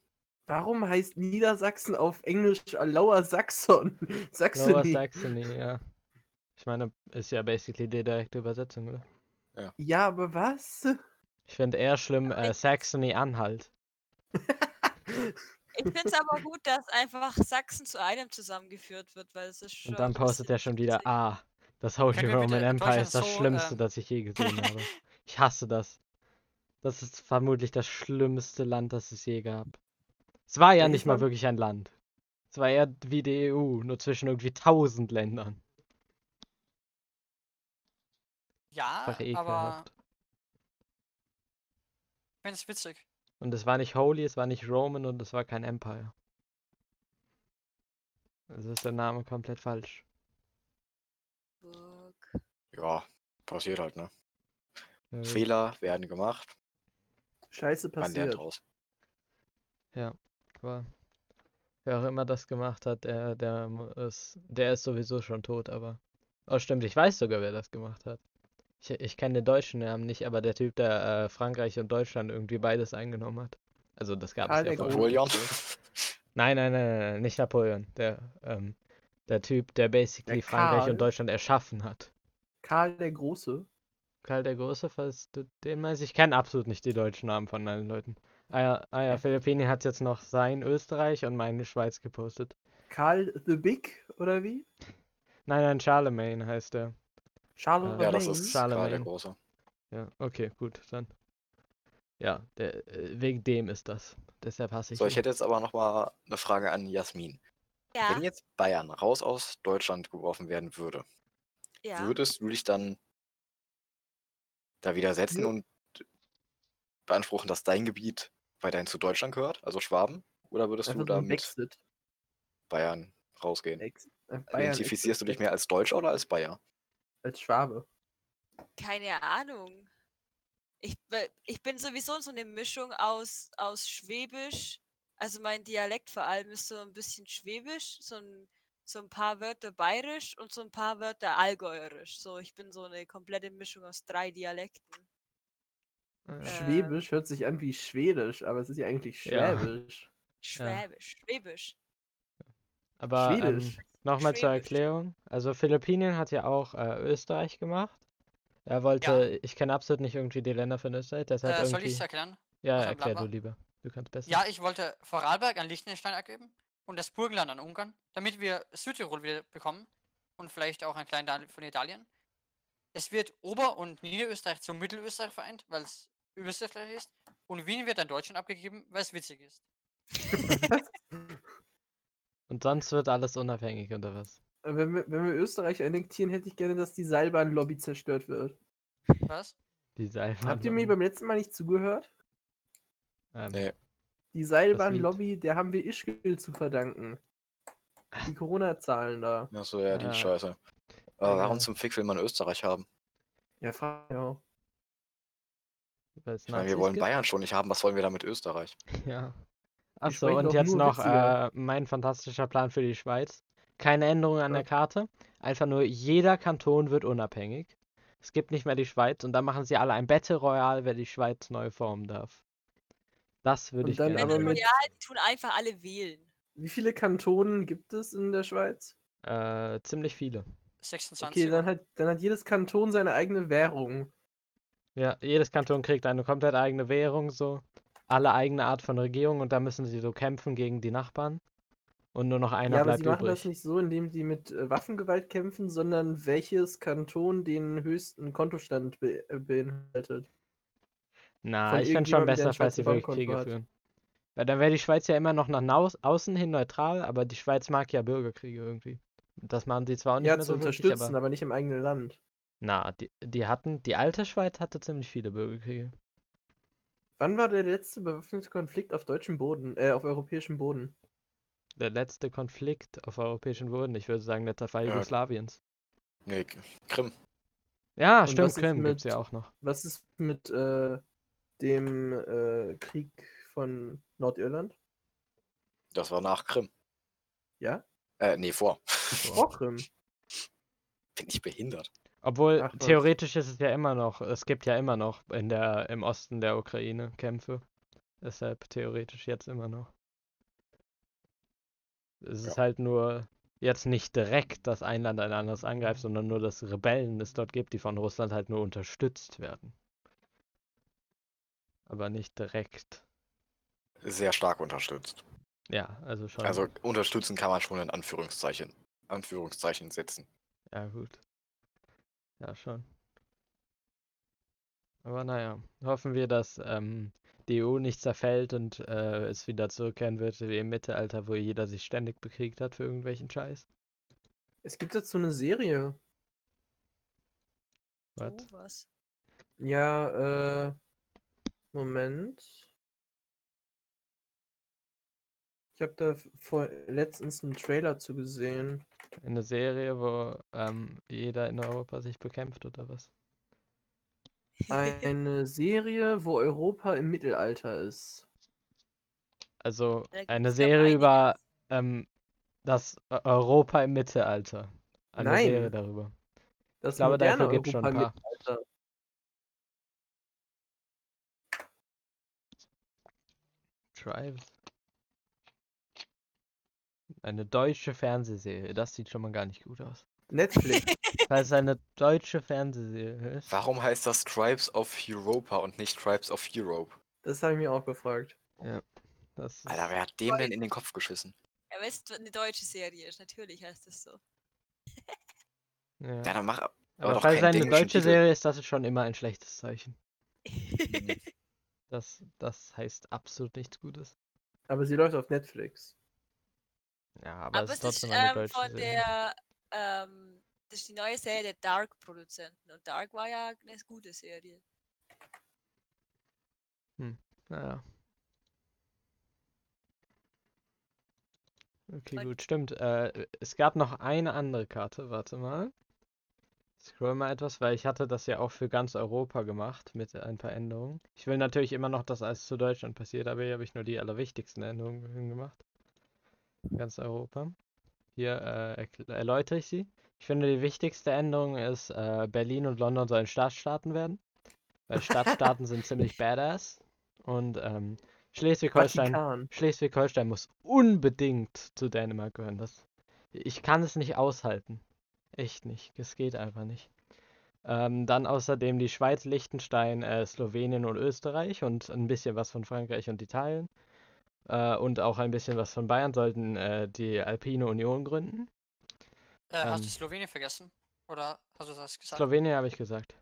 S5: Warum heißt Niedersachsen auf Englisch Lower Saxon? Saxony.
S1: Lower Saxony, ja. Ich meine, ist ja basically die direkte Übersetzung, oder?
S5: Ja, aber was?
S1: Ich finde eher schlimm, äh, Saxony-Anhalt.
S3: Ich finde es aber gut, dass einfach Sachsen zu einem zusammengeführt wird, weil es ist schon.
S1: Und dann
S3: ein
S1: postet
S3: bisschen
S1: er schon wieder,
S3: witzig.
S1: ah, das Holy
S4: Können wir
S1: Roman
S4: bitte
S1: Empire
S4: Deutschland
S1: ist das
S4: so,
S1: Schlimmste,
S4: ähm,
S1: das ich je gesehen habe. Ich hasse das. Das ist vermutlich das schlimmste Land, das es je gab. Es war ja
S5: Ja,
S1: nicht
S5: ich
S1: mal
S5: mein-
S1: wirklich ein Land. Es war eher wie die EU, nur zwischen irgendwie tausend Ländern.
S4: Ja,
S1: Einfach
S4: Ah, aber
S1: ekelhaft.
S4: ich finde es witzig.
S1: Und es war nicht Holy, es war nicht Roman und es war kein Empire. Also ist der Name komplett falsch.
S3: Fuck.
S2: Ja, passiert halt, ne?
S1: Ja, gut.
S2: Fehler werden gemacht,
S5: Scheiße
S2: man lernt draus.
S5: passiert.
S1: Aber wer auch immer das gemacht hat, der, der mu- ist, der ist sowieso schon tot, aber. Oh, stimmt, ich weiß sogar, wer das gemacht hat. Ich, ich kenne den deutschen Namen nicht, aber der Typ, der äh, Frankreich und Deutschland irgendwie beides eingenommen hat. Also das gab es
S5: Karl
S1: ja
S5: der
S1: vorher.
S5: Große.
S2: Napoleon.
S1: Nein, nein, nein, nein, nein, nicht Napoleon. Der, ähm, der Typ, der basically Frankreich
S5: Karl.
S1: und Deutschland erschaffen hat.
S5: Karl der Große.
S1: Karl der Große, falls du den meinst. Ich kenne absolut nicht die deutschen Namen von allen Leuten. Ah ja, ah ja Philippini hat jetzt noch sein Österreich und meine Schweiz gepostet.
S5: Karl the Big oder wie?
S1: Nein, nein, Charlemagne heißt er.
S5: Charlotte
S2: Ja, das
S1: Charlemagne.
S2: ist Karl der
S1: Charlemagne.
S2: Große.
S1: Ja, okay, gut, dann. Ja, der, äh, wegen dem ist das. Deshalb hasse ich
S2: So, ich
S1: ihn.
S2: hätte jetzt aber nochmal eine Frage an Jasmin.
S3: Ja,
S2: Wenn jetzt Bayern raus aus Deutschland geworfen werden würde,
S3: ja.
S2: würdest du dich dann da widersetzen
S5: Ja.
S2: und beanspruchen, dass dein Gebiet weiterhin zu Deutschland gehört, also Schwaben? Oder würdest du
S5: Einfach so
S2: da
S5: ein
S2: mit
S5: Brexit.
S2: Bayern rausgehen?
S5: Ex- äh, Bayern
S2: Identifizierst du dich
S5: Exit
S2: mehr als Deutscher oder als Bayer?
S5: als Schwabe?
S3: Keine Ahnung. Ich, be- ich bin sowieso so eine Mischung aus, aus Schwäbisch, also mein Dialekt vor allem ist so ein bisschen Schwäbisch, so ein, so ein paar Wörter Bayerisch und so ein paar Wörter Allgäuerisch. So, ich bin so eine komplette Mischung aus drei Dialekten.
S1: Äh,
S3: Äh,
S5: Schwäbisch hört sich an wie Schwedisch, aber es ist ja eigentlich
S1: Ja.
S5: Schwäbisch.
S3: Schwäbisch, Schwäbisch.
S1: aber ähm,
S5: Schwedisch.
S1: nochmal zur
S3: Schwäbisch.
S1: Erklärung. Also Philippinen hat ja auch äh, Österreich gemacht. Er wollte, ich kenne absolut nicht irgendwie die Länder von Österreich, deshalb
S4: Äh, soll
S1: irgendwie.
S4: ich es erklären?
S1: ja,
S4: machen,
S1: erklär du
S4: Blabla?
S1: lieber. Du kannst besser.
S4: Ja, ich wollte Vorarlberg an Liechtenstein ergeben und das Burgenland an Ungarn, damit wir Südtirol wieder bekommen und vielleicht auch einen kleinen Teil von Italien. Es wird Ober- und Niederösterreich zu Mittelösterreich vereint, weil es Österreich ist. Und Wien wird an Deutschland abgegeben, weil es witzig ist.
S5: Äh,
S1: Und sonst wird alles unabhängig oder was?
S5: Äh, Wenn wir, wenn wir Österreich annektieren, hätte ich gerne, dass die Seilbahn-Lobby zerstört wird.
S4: Was?
S1: Die Seilbahn.
S5: Habt ihr mir beim letzten Mal nicht zugehört?
S1: ähm,
S2: Nee.
S5: Die Seilbahn-Lobby, der haben wir Ischgl zu verdanken. Die Corona-Zahlen da.
S2: Achso, ja, die
S1: Ah.
S2: Scheiße. Aber warum
S5: Ah.
S1: Äh.
S2: zum Fick will man Österreich haben?
S5: Ja, frag mich auch.
S1: weil's
S2: Ich meine, wir
S1: Nazis
S2: wollen
S1: gibt?
S2: Bayern schon nicht haben, was wollen wir da mit Österreich?
S1: Ja.
S5: Die
S1: Achso,
S5: sprechen
S1: und
S5: doch
S1: jetzt
S5: nur
S1: noch
S5: witziger.
S1: äh, mein fantastischer Plan für die Schweiz. Keine Änderung an
S5: Ja.
S1: der Karte. Einfach nur, jeder Kanton wird unabhängig. Es gibt nicht mehr die Schweiz und dann machen sie alle ein Battle Royale, wer die Schweiz neu formen darf. Das würde
S5: Und
S1: ich
S5: dann
S1: gerne.
S5: aber
S3: Battle
S5: mit-
S1: sehen.
S3: Royale, die tun einfach alle wählen.
S5: Wie viele Kantonen gibt es in der Schweiz?
S1: Äh, ziemlich viele.
S4: 26.
S5: Okay, dann hat, dann hat jedes Kanton seine eigene Währung.
S1: Ja, jedes Kanton kriegt eine komplett eigene Währung, so. Alle eigene Art von Regierung und da müssen sie so kämpfen gegen die Nachbarn. Und nur noch einer
S5: ja, aber
S1: bleibt
S5: sie machen
S1: übrig.
S5: das nicht so, indem sie mit äh, Waffengewalt kämpfen, sondern welches Kanton den höchsten Kontostand be äh, beinhaltet.
S1: Na,
S5: von
S1: ich fände schon
S5: irgendjemandem, der ein
S1: besser, falls
S5: Schweizer
S1: sie wirklich
S5: Bankkonto
S1: Kriege
S5: hat.
S1: führen. Weil dann wäre die Schweiz ja immer noch nach nau- außen hin neutral, aber die Schweiz mag ja Bürgerkriege irgendwie. Das machen sie zwar auch nicht
S5: Ja,
S1: mehr
S5: zu
S1: so wirklich,
S5: unterstützen,
S1: aber
S5: aber nicht im eigenen Land.
S1: na, die, die hatten, die alte Schweiz hatte ziemlich viele Bürgerkriege.
S5: Wann war der letzte bewaffnete Konflikt auf deutschem Boden, äh, auf europäischem Boden?
S1: Der letzte Konflikt auf europäischem Boden, ich würde sagen, der Zerfall
S2: Ja.
S1: Jugoslawiens.
S2: Nee, Krim.
S1: Ja,
S5: Und
S1: stimmt,
S5: was ist
S1: Krim gibt's
S5: mit-
S1: ja auch noch.
S5: Was ist mit äh, dem äh, Krieg von Nordirland?
S2: Das war nach Krim.
S5: Ja?
S2: Äh, nee, vor.
S5: Vor Krim.
S2: Bin ich behindert?
S1: Obwohl,
S5: Ach was.
S1: theoretisch ist es ja immer noch, es gibt ja immer noch in der, im Osten der Ukraine Kämpfe. Deshalb theoretisch jetzt immer noch. Es ist halt nur jetzt nicht direkt, dass ein Land ein anderes angreift, sondern nur, dass Rebellen es dort gibt, die von Russland halt nur unterstützt werden. Aber nicht direkt.
S2: Sehr stark unterstützt.
S1: Ja, also schon.
S2: Also unterstützen kann man schon in Anführungszeichen. Anführungszeichen setzen.
S1: Ja, gut. Ja, schon. Aber naja, hoffen wir, dass ähm, die EU nicht zerfällt und äh, es wieder zurückkehren wird wie im Mittelalter, wo jeder sich ständig bekriegt hat für irgendwelchen Scheiß.
S5: Es gibt dazu eine Serie.
S1: What?
S3: Oh, was?
S5: Ja, äh. Moment. Ich habe da vor letztens einen Trailer zu gesehen.
S1: Eine Serie, wo ähm, jeder in Europa sich bekämpft oder was?
S5: Eine Serie, wo Europa im Mittelalter ist.
S1: Also
S3: Da gibt's
S1: eine
S3: ja
S1: Serie über
S3: einiges.
S1: ähm, das Eu- Europa im Mittelalter. Eine
S5: Nein.
S1: Serie darüber.
S5: Das
S1: Ich glaube,
S5: moderne
S1: dafür gibt es schon
S5: Europa
S1: ein
S5: im
S1: paar. Tribes. Eine deutsche Fernsehserie. Das sieht schon mal gar nicht gut aus.
S5: Netflix.
S1: Falls es eine deutsche Fernsehserie ist.
S2: Warum heißt das Tribes of Europa und nicht Tribes of Europe?
S5: Das habe ich mir auch gefragt.
S1: Das ist,
S2: Alter, wer hat dem denn in den Kopf geschissen?
S3: Ja, weil es eine deutsche Serie ist, natürlich heißt das so.
S1: ja.
S2: Ja, dann mach.
S1: Aber
S2: doch
S1: falls es
S2: keinen
S1: eine
S2: englischen
S1: deutsche
S2: Titel.
S1: Serie ist, das ist schon immer ein schlechtes Zeichen. Das, das heißt absolut nichts Gutes.
S5: Aber sie läuft auf Netflix.
S1: Ja, aber,
S3: Aber
S1: es ist trotzdem eine
S3: ähm,
S1: deutsche
S3: von
S1: Serie.
S3: der, ähm, das ist die neue Serie der Dark-Produzenten. Und Dark war ja eine gute Serie.
S1: Naja. Okay,
S3: Und-
S1: gut, stimmt. Äh, es gab noch eine andere Karte, warte mal. Ich Scroll mal etwas, weil ich hatte das ja auch für ganz Europa gemacht mit ein paar Änderungen. Ich will natürlich immer noch, dass alles zu Deutschland passiert, aber hier habe ich nur die allerwichtigsten Änderungen hingemacht. Ganz Europa. Hier äh, erkl- erläutere ich sie. Ich finde, die wichtigste Änderung ist, äh, Berlin und London sollen Stadtstaaten werden. Weil Stadtstaaten sind ziemlich badass. Und ähm, Schleswig-Holstein
S5: Vatikan.
S1: Schleswig-Holstein muss unbedingt zu Dänemark gehören. Das, ich kann es nicht aushalten. Echt nicht. Es geht einfach nicht. Ähm, dann außerdem die Schweiz, Liechtenstein, äh, Slowenien und Österreich und ein bisschen was von Frankreich und Italien. Äh, und auch ein bisschen was von Bayern sollten äh, die Alpine Union gründen.
S4: Äh, hast du
S1: Ähm.
S4: Slowenien vergessen? Oder hast du das gesagt?
S1: Slowenien habe ich gesagt.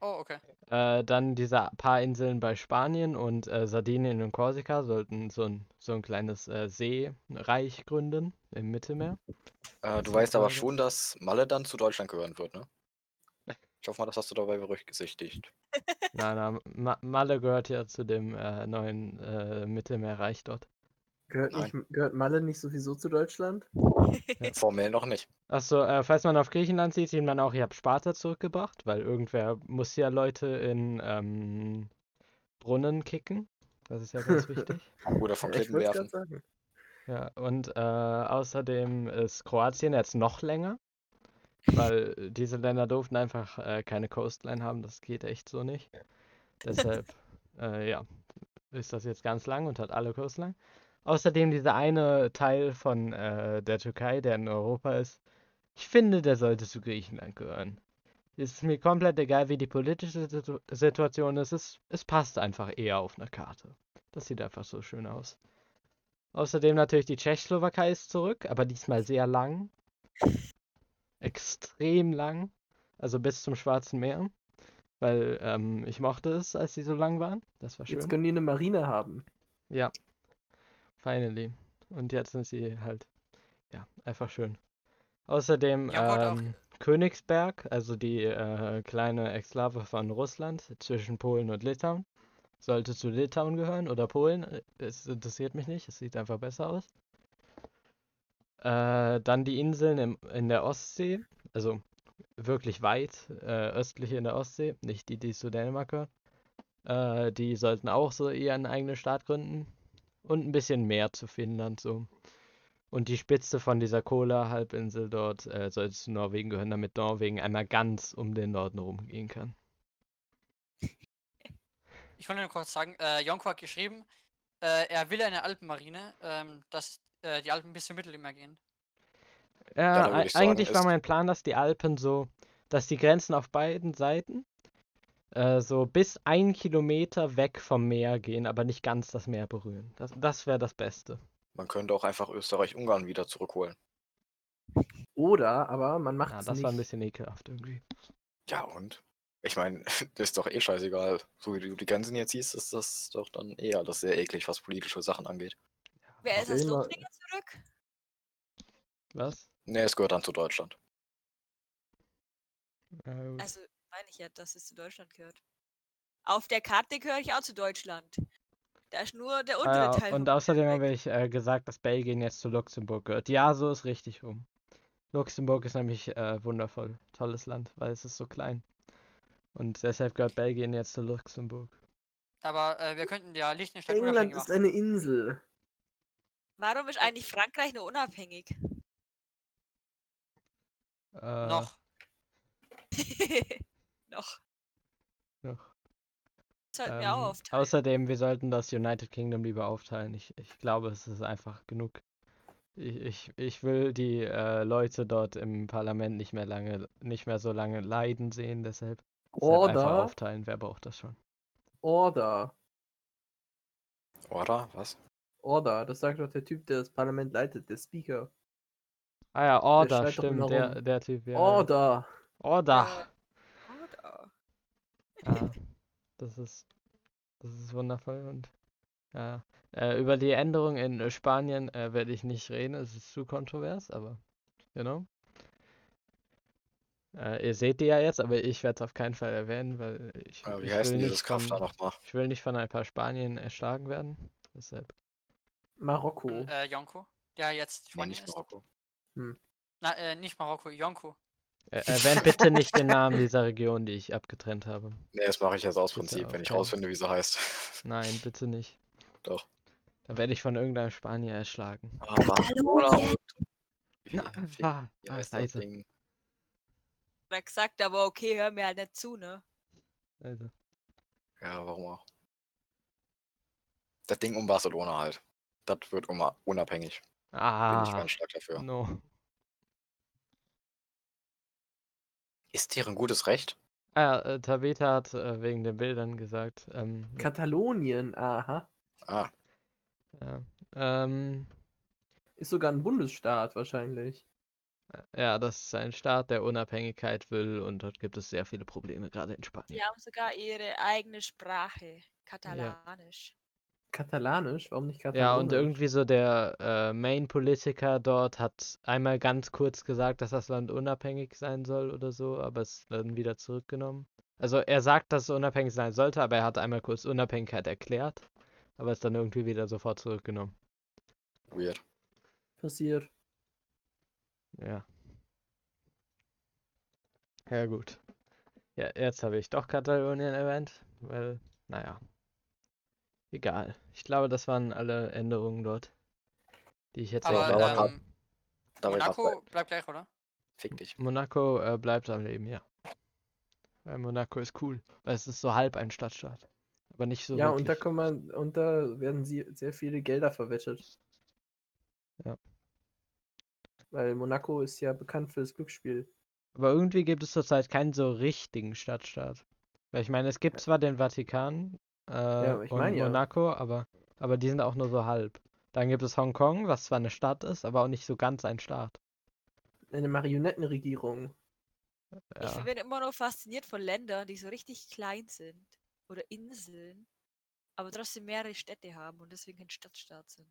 S4: oh, okay.
S1: Äh, dann diese paar Inseln bei Spanien und äh, Sardinien und Korsika sollten so ein, so ein kleines äh, Seereich gründen im Mittelmeer.
S2: Äh,
S1: Das
S2: du
S1: ist
S2: weißt aber
S1: Frage.
S2: schon, dass Malle dann zu Deutschland gehören wird, ne? Ich hoffe mal, das hast du dabei berücksichtigt.
S1: Nein, nein, Ma Malle gehört ja zu dem äh, neuen äh, Mittelmeerreich dort.
S5: Gehört,
S2: Nein.
S5: nicht, gehört Malle nicht sowieso zu Deutschland?
S2: Formell noch nicht.
S1: Achso, äh, falls man auf Griechenland sieht, sieht man auch, ich habe Sparta zurückgebracht, weil irgendwer muss ja Leute in ähm, Brunnen kicken. Das ist ja ganz wichtig.
S2: Oder vom
S5: Ja, ich
S2: Klippen
S5: wollte gerade
S2: werfen.
S5: sagen.
S1: Ja, und äh, außerdem ist Kroatien jetzt noch länger, weil diese Länder durften einfach äh, keine Coastline haben, das geht echt so nicht. Deshalb, äh, ja, ist das jetzt ganz lang und hat alle Coastline. Außerdem dieser eine Teil von äh, der Türkei, der in Europa ist, ich finde, der sollte zu Griechenland gehören. Ist mir komplett egal, wie die politische Situ Situation ist, es, es passt einfach eher auf einer Karte. Das sieht einfach so schön aus. Außerdem natürlich die Tschechoslowakei ist zurück, aber diesmal sehr lang. Extrem lang. Also bis zum Schwarzen Meer. Weil ähm, ich mochte es, als sie so lang waren. Das war schön.
S5: Jetzt können die eine Marine haben.
S1: Ja. Finally. Und jetzt sind sie halt, ja, einfach schön. Außerdem
S4: Ja, wurde auch-
S1: ähm, Königsberg, also die äh, kleine Exklave von Russland zwischen Polen und Litauen, sollte zu Litauen gehören oder Polen. äh, Es interessiert mich nicht, es sieht einfach besser aus. Äh, dann die Inseln im, in der Ostsee, also wirklich weit, äh, östliche in der Ostsee, nicht die, die zu Dänemark gehören. Äh, die sollten auch so eher einen eigenen Staat gründen. Und ein bisschen mehr zu Finnland so. Und die Spitze von dieser Kola-Halbinsel dort äh, sollte zu Norwegen gehören, damit Norwegen einmal ganz um den Norden rumgehen kann.
S4: Ich wollte nur kurz sagen, äh, Jonko hat geschrieben, äh, er will eine Alpenmarine, ähm, dass äh, die Alpen bis zum Mittelmeer gehen.
S1: Ja,
S2: da
S1: ei-
S2: würde ich sagen,
S1: eigentlich war
S2: ist-
S1: mein Plan, dass die Alpen so, dass die Grenzen auf beiden Seiten äh, so bis ein Kilometer weg vom Meer gehen, aber nicht ganz das Meer berühren. Das, das wäre das Beste.
S2: Man könnte auch einfach Österreich-Ungarn wieder zurückholen.
S5: Oder, aber man macht
S1: Ja,
S5: es
S1: das
S5: nicht.
S1: war ein bisschen ekelhaft irgendwie.
S2: Ja, und? Ich meine, das ist doch eh scheißegal. So wie du die Grenzen jetzt siehst, ist das doch dann eh alles sehr eklig, was politische Sachen angeht.
S3: Wer ist aus
S5: Reden wir-
S3: Lothringen zurück?
S1: Was?
S2: Ne, es gehört dann zu Deutschland.
S1: Äh, gut.
S3: Also, meine ich ja, dass es zu Deutschland gehört. Auf der Karte gehöre ich auch zu Deutschland. Da ist nur der untere
S1: Ah,
S3: Teil.
S1: ja, und
S3: vom
S1: außerdem
S3: Berg.
S1: habe ich äh, gesagt, dass Belgien jetzt zu Luxemburg gehört. Ja, so ist richtig rum. Luxemburg ist nämlich äh, wundervoll, tolles Land, weil es ist so klein. Und deshalb gehört Belgien jetzt zu Luxemburg.
S4: Aber äh, wir könnten ja Liechtenstein
S5: England
S4: unabhängig
S5: ist
S4: machen.
S5: eine Insel.
S3: Warum ist eigentlich Frankreich nur unabhängig?
S1: Äh,
S4: Noch.
S3: Noch.
S1: noch,
S3: Das sollten wir
S1: ähm,
S3: auch aufteilen.
S1: Außerdem, wir sollten das United Kingdom lieber aufteilen. Ich, ich glaube, es ist einfach genug. Ich, ich, ich will die äh, Leute dort im Parlament nicht mehr lange, nicht mehr so lange leiden sehen, deshalb, deshalb halt einfach
S5: Oder,
S1: aufteilen. Wer braucht das schon?
S5: oder,
S2: Oder? Was?
S5: oder. Das sagt doch der Typ, der das Parlament leitet, der Speaker.
S1: Ah ja, Order,
S5: schreit doch immer
S1: stimmt, der,
S5: rum.
S1: der Typ, ja. ja.
S5: Oder.
S1: Order.
S3: Oder?
S1: Ja, Ah, das ist, das ist wundervoll und ja. Äh, über die Änderung in äh, Spanien äh, werde ich nicht reden, es ist zu kontrovers, aber you know. Äh, ihr seht die ja jetzt, aber ich werde es auf keinen Fall erwähnen, weil ich,
S2: Äh, wie
S1: ich
S2: heißt
S1: will
S2: denn
S1: nicht
S2: dieses Kraft da
S1: von,
S2: nochmal?
S1: ich will nicht von ein paar Spanien erschlagen werden. Deshalb.
S5: Marokko.
S4: Äh, Jonko. Ja, jetzt
S2: Nee,
S4: Spanien
S2: Oh. nicht
S4: ist.
S2: Marokko.
S4: Na, äh, nicht Marokko, Jonko.
S1: Äh, erwähnt bitte nicht den Namen dieser Region, die ich abgetrennt habe.
S2: Nee, das mache ich jetzt aus
S1: Bitte
S2: Prinzip, wenn ich
S1: aufhören.
S2: rausfinde, wie sie heißt.
S1: Nein, bitte nicht.
S2: Doch.
S1: Da werde ich von irgendeinem Spanier erschlagen.
S2: Ah, Barcelona. Wie,
S1: Na,
S2: wie,
S1: ah,
S2: wie
S1: ah,
S2: heißt das
S1: leise,
S2: Ding?
S3: Oder gesagt, aber okay, hör mir halt nicht zu, ne?
S1: leise.
S2: Ja, warum auch? Das Ding um Barcelona halt. Das wird um- unabhängig. Bin ich
S1: Ah,
S2: ganz stark dafür.
S1: no.
S2: Ist deren gutes Recht?
S1: Ah, äh, Tabitha hat äh, wegen den Bildern gesagt. Ähm, ja,
S5: Katalonien, aha.
S2: Ah,
S1: ja. Ähm,
S5: Ist sogar ein Bundesstaat wahrscheinlich.
S1: ja, das ist ein Staat, der Unabhängigkeit will und dort gibt es sehr viele Probleme, gerade in Spanien.
S3: Die haben sogar ihre eigene Sprache. Katalanisch.
S5: Katalanisch? Warum nicht Katalonisch?
S1: Ja, und irgendwie so der äh, Main-Politiker dort hat einmal ganz kurz gesagt, dass das Land unabhängig sein soll oder so, aber es dann wieder zurückgenommen. Also er sagt, dass es unabhängig sein sollte, aber er hat einmal kurz Unabhängigkeit erklärt, aber es dann irgendwie wieder sofort zurückgenommen.
S2: weird.
S5: Passiert.
S1: Ja. Ja, gut. Ja, jetzt habe ich doch Katalonien erwähnt, weil, naja. Egal. Ich glaube, das waren alle Änderungen dort, die ich jetzt
S4: Aber
S2: glaub,
S1: erwähnt
S2: da war
S1: habe.
S4: ähm,
S2: Da war ich grad
S4: Monaco
S2: bei-
S4: bleibt gleich, oder?
S2: Fick dich.
S1: Monaco äh, bleibt am Leben, ja. Weil Monaco ist cool, weil es ist so halb ein Stadtstaat. Aber nicht so
S5: ja, und da
S1: wirklich.
S5: kann man, und da werden sie sehr viele Gelder verwettet.
S1: Ja.
S5: Weil Monaco ist ja bekannt für das Glücksspiel.
S1: Aber irgendwie gibt es zurzeit keinen so richtigen Stadtstaat. Weil ich meine, es gibt zwar den Vatikan äh,
S5: aber ich
S1: und
S5: meine ja.
S1: Monaco, aber, aber die sind auch nur so halb. Dann gibt es Hongkong, was zwar eine Stadt ist, aber auch nicht so ganz ein Staat.
S5: Eine Marionettenregierung.
S1: Ja.
S3: Ich bin immer noch fasziniert von Ländern, die so richtig klein sind. Oder Inseln. Aber trotzdem mehrere Städte haben und deswegen kein Stadtstaat sind.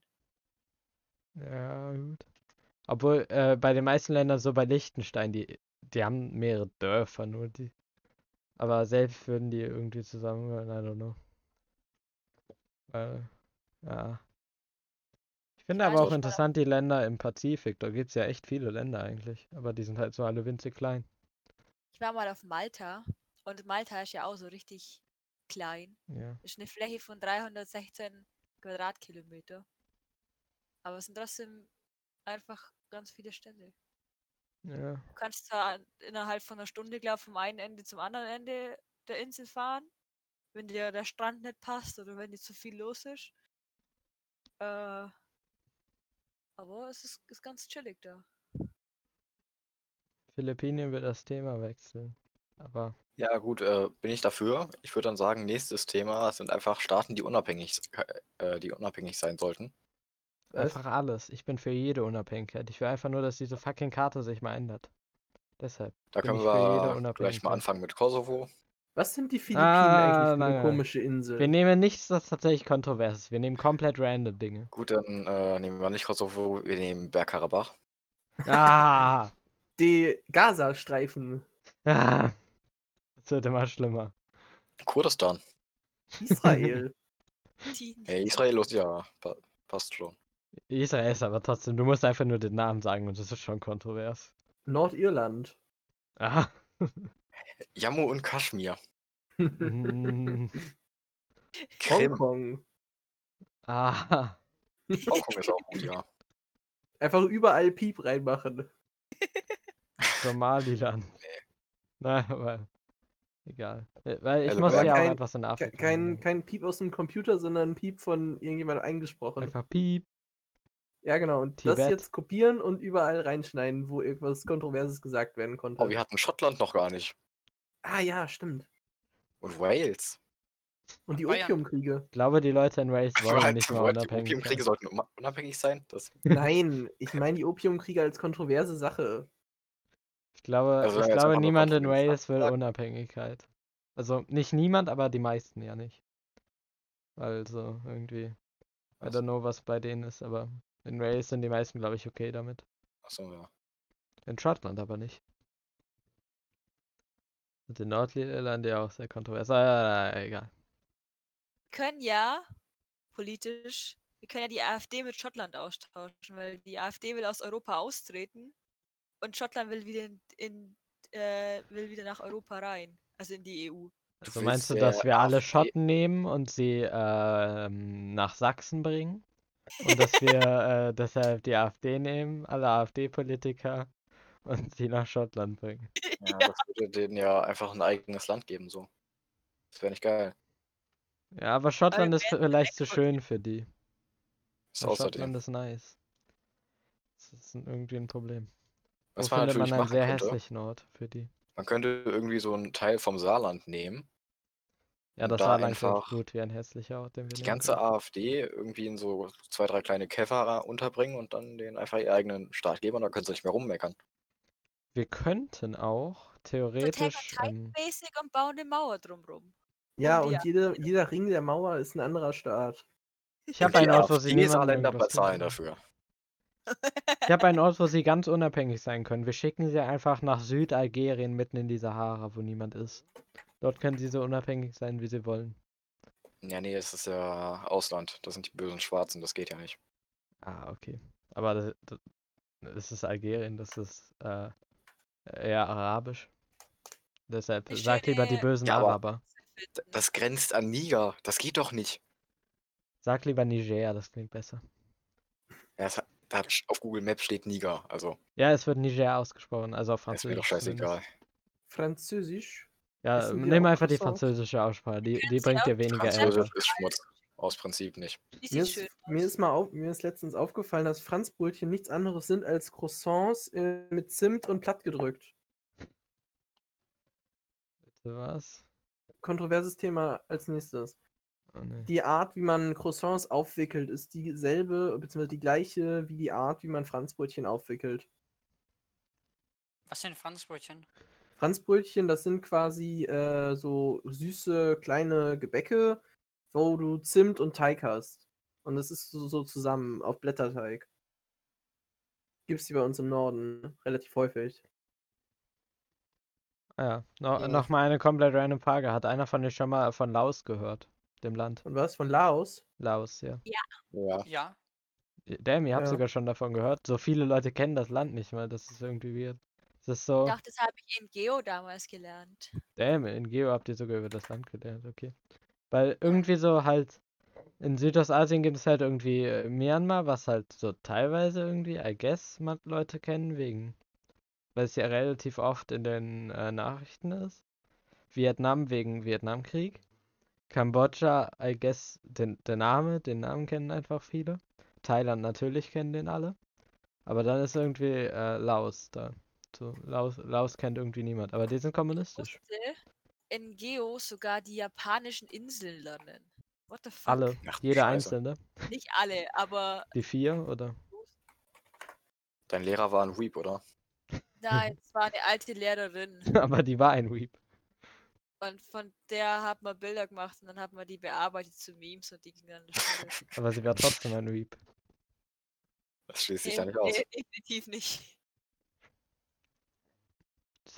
S1: Ja, gut. Obwohl äh, bei den meisten Ländern, so bei Liechtenstein, die, die haben mehrere Dörfer nur, die. Aber selbst würden die irgendwie zusammengehören, I don't know. Äh, ja. Ich finde
S3: Ich
S1: aber
S3: weiß
S1: auch
S3: nicht,
S1: interessant die Länder im Pazifik. Da gibt es ja echt viele Länder eigentlich. Aber die sind halt so alle winzig klein.
S3: Ich war mal auf Malta und Malta ist ja auch so richtig klein.
S1: Ja.
S3: Ist eine Fläche von 316 Quadratkilometer. Aber es sind trotzdem einfach ganz viele Städte.
S1: Ja.
S3: Du kannst zwar an- innerhalb von einer Stunde, glaube ich, vom einen Ende zum anderen Ende der Insel fahren, wenn dir der Strand nicht passt oder wenn dir zu viel los ist. Äh, aber es ist, ist ganz chillig da.
S1: Philippinen wird das Thema wechseln. Aber
S2: Ja, gut, äh, bin ich dafür. Ich würde dann sagen, nächstes Thema sind einfach Staaten, die unabhängig, äh, die unabhängig sein sollten.
S5: Was?
S1: einfach alles. Ich bin für jede Unabhängigkeit. Ich will einfach nur, dass diese fucking Karte sich mal ändert. Deshalb.
S2: Da
S1: Bin
S2: können
S1: ich für jede
S2: wir gleich mal
S1: Unabhängigkeit.
S2: anfangen mit Kosovo.
S5: Was sind die Philippinen
S1: Ah,
S5: eigentlich für eine
S1: nein, nein.
S5: komische Insel?
S1: Wir nehmen nichts, das tatsächlich kontrovers ist. Wir nehmen komplett random Dinge.
S2: Gut, dann äh, nehmen wir nicht Kosovo, wir nehmen Bergkarabach.
S1: Ah!
S5: die Gazastreifen.
S1: ah. Das wird immer schlimmer.
S2: Kurdistan.
S5: Israel.
S3: Die-
S2: Hey, Israel, los, ja, pa passt schon.
S1: Israel ist aber trotzdem, du musst einfach nur den Namen sagen und das ist schon kontrovers.
S5: Nordirland.
S1: Ah.
S2: Jammu und Kaschmir.
S1: mm,
S2: Krim.
S1: Oh.
S5: Hongkong.
S1: ah.
S2: Hongkong ist auch gut, ja.
S5: Einfach überall Piep reinmachen.
S1: Somaliland. Nein, aber egal. Äh, Weil ich
S2: Also
S1: muss
S2: kein-
S1: ja auch
S5: kein-
S1: etwas in
S5: Ke-
S1: Afrika.
S5: Kein,
S1: nehmen.
S5: kein Piep aus dem Computer, sondern Piep von irgendjemandem eingesprochen.
S1: Einfach piep.
S5: Ja, genau. Und das
S1: Tibet.
S5: jetzt kopieren und überall reinschneiden, wo irgendwas Kontroverses gesagt werden konnte.
S2: Oh, wir hatten Schottland noch gar nicht.
S5: Ah ja, stimmt.
S2: Und Wales.
S5: Und die
S4: Bayern.
S5: Opiumkriege.
S1: Ich glaube, die Leute in Race wollen nicht mehr
S2: Wollt- die
S1: unabhängig.
S2: Opiumkriege
S1: sein.
S2: sollten unma- unabhängig sein. Das,
S5: Nein, ich meine die Opiumkriege als kontroverse Sache.
S1: Ich glaube,
S2: Also,
S1: ich
S2: jetzt
S1: glaube
S2: einfach nur
S1: niemand in
S2: kontrovers
S1: Wales will
S2: absagen.
S1: Unabhängigkeit. Also nicht niemand, aber die meisten ja nicht. Also irgendwie. I
S2: Was?
S1: don't know, was bei denen ist, aber in Wales sind die meisten, glaube ich, okay damit.
S2: achso, ja.
S1: In Schottland aber nicht. Und in Nordirland ja auch sehr kontrovers. Ah, egal.
S3: Wir können ja politisch, wir können ja die AfD mit Schottland austauschen, weil die AfD will aus Europa austreten und Schottland will wieder in, in äh, will wieder nach Europa rein, also in die EU.
S1: Also
S2: willst
S1: meinst du,
S2: der
S1: dass wir alle
S2: AfD
S1: Schotten nehmen und sie ähm, nach Sachsen bringen? Und dass wir äh, deshalb die AfD nehmen, alle AfD-Politiker und sie nach Schottland bringen?
S2: Ja, Das würde denen ja einfach ein eigenes Land geben, so. Das wäre nicht geil.
S1: Ja, aber Schottland
S3: wir
S1: ist
S3: werden
S1: vielleicht zu
S3: weggeschickt.
S1: schön für die.
S2: Das
S1: Weil
S2: ist
S1: Schottland
S2: außerdem.
S1: ist nice. Das ist ein- irgendwie ein Problem.
S2: Was
S1: Wo findet
S2: man
S1: man
S2: natürlich
S1: einen
S2: machen
S1: sehr
S2: könnte,
S1: hässlichen Ort für die?
S2: man könnte irgendwie so einen Teil vom Saarland nehmen,
S1: Ja,
S2: Und
S1: das
S2: um da
S1: war lang
S2: einfach
S1: gut wie ein hässlicher Ort, den wir
S2: die
S1: nehmen
S2: ganze
S1: können.
S2: AfD irgendwie in so zwei, drei kleine Käfer unterbringen und dann denen einfach ihren eigenen Staat geben und dann können sie nicht mehr rummeckern.
S1: Wir könnten auch theoretisch.
S3: Titan
S1: Ähm,
S3: Basic und bauen eine Mauer drumrum.
S5: Ja,
S3: Und
S5: und
S3: die
S5: jede, jeder Ring der Mauer ist ein anderer Staat.
S1: ich habe
S2: Und die
S1: einen Ort, wo sie
S2: AfD
S1: niemandem
S2: Saarländer
S1: irgendwas tun
S2: bezahlen
S1: können.
S2: dafür.
S1: Ich habe einen Ort, wo sie ganz unabhängig sein können. Wir schicken sie einfach nach Südalgerien, mitten in die Sahara, wo niemand ist. Dort können sie so unabhängig sein, wie sie wollen.
S2: Ja, nee, es ist ja Ausland. Das sind die bösen Schwarzen, das geht ja nicht.
S1: Ah, okay. Aber das, das, es ist Algerien, das ist äh, eher arabisch. Deshalb
S3: Eine
S1: sag lieber die
S3: schöne-
S1: bösen
S2: Ja, aber-
S1: Araber.
S2: D-
S3: ne?
S2: Das grenzt an Niger. Das geht doch nicht.
S1: Sag lieber Niger, das klingt besser.
S2: Ja, es hat, da hat, auf Google Maps steht Niger. Also,
S1: Ja, es wird Niger ausgesprochen, also auf
S2: ist mir doch
S1: Französisch. zumindest.
S2: scheißegal.
S5: Französisch.
S1: Ja,
S5: Wissen wir
S1: nimm
S5: auch
S1: einfach die
S5: Croissant?
S1: französische Aussprache, die, die
S3: sie
S1: bringt
S3: auch
S1: dir weniger Ärger.
S2: Französisch ist Schmutz. Aus Prinzip nicht.
S3: Die
S5: Mir
S3: sieht
S5: ist,
S3: schön
S5: mir,
S3: aus.
S5: ist mal auf, mir ist letztens aufgefallen, dass Franzbrötchen nichts anderes sind als Croissants äh, mit Zimt und plattgedrückt.
S1: Was?
S5: Kontroverses Thema als nächstes.
S1: Oh, nee.
S5: Die Art, wie man Croissants aufwickelt, ist dieselbe bzw. die gleiche wie die Art, wie man Franzbrötchen aufwickelt.
S4: Was sind Franzbrötchen?
S5: Franzbrötchen, das sind quasi äh, so süße kleine Gebäcke, wo du Zimt und Teig hast. Und das ist so, so zusammen auf Blätterteig. Gibt's die bei uns im Norden relativ häufig.
S1: Ah ja, no,
S5: Ja.
S1: noch mal eine komplett random Frage. Hat einer von euch schon mal von Laos gehört? Dem Land
S5: Und was? Von Laos?
S1: Laos, ja. Äh,
S2: Ja.
S4: Ja.
S1: Damn, ihr habt
S5: Ja.
S1: sogar schon davon gehört. So viele Leute kennen das Land nicht mal. Das ist irgendwie weird. Das ist so,
S3: Doch, das habe ich in Geo damals gelernt.
S1: damn, in Geo habt ihr sogar über das Land gelernt, okay. Weil irgendwie so halt, in Südostasien gibt es halt irgendwie äh, Myanmar, was halt so teilweise irgendwie, I guess, man Leute kennen wegen, weil es ja relativ oft in den äh, Nachrichten ist. Vietnam wegen Vietnamkrieg. Kambodscha, I guess, den, der Name, den Namen kennen einfach viele. Thailand natürlich kennen den alle. Aber dann ist irgendwie äh, Laos da. So, Laos, Laos kennt irgendwie niemand. Aber die sind kommunistisch.
S3: Musste in Geo sogar die japanischen Inseln lernen. What the fuck?
S1: Alle.
S2: Ach du
S1: Jede
S2: Scheiße.
S1: einzelne.
S3: Nicht alle, aber
S1: Die vier, oder?
S2: Dein Lehrer war ein Weep, oder?
S3: nein, es war eine alte Lehrerin.
S1: Aber die war ein Weep.
S3: Und von der hat man Bilder gemacht und dann hat man die bearbeitet zu Memes und die gingen dann in die Schule.
S1: Aber sie war trotzdem ein Weep.
S2: Das schließt sich da
S3: Nee,
S2: nicht aus.
S3: nee, definitiv nicht.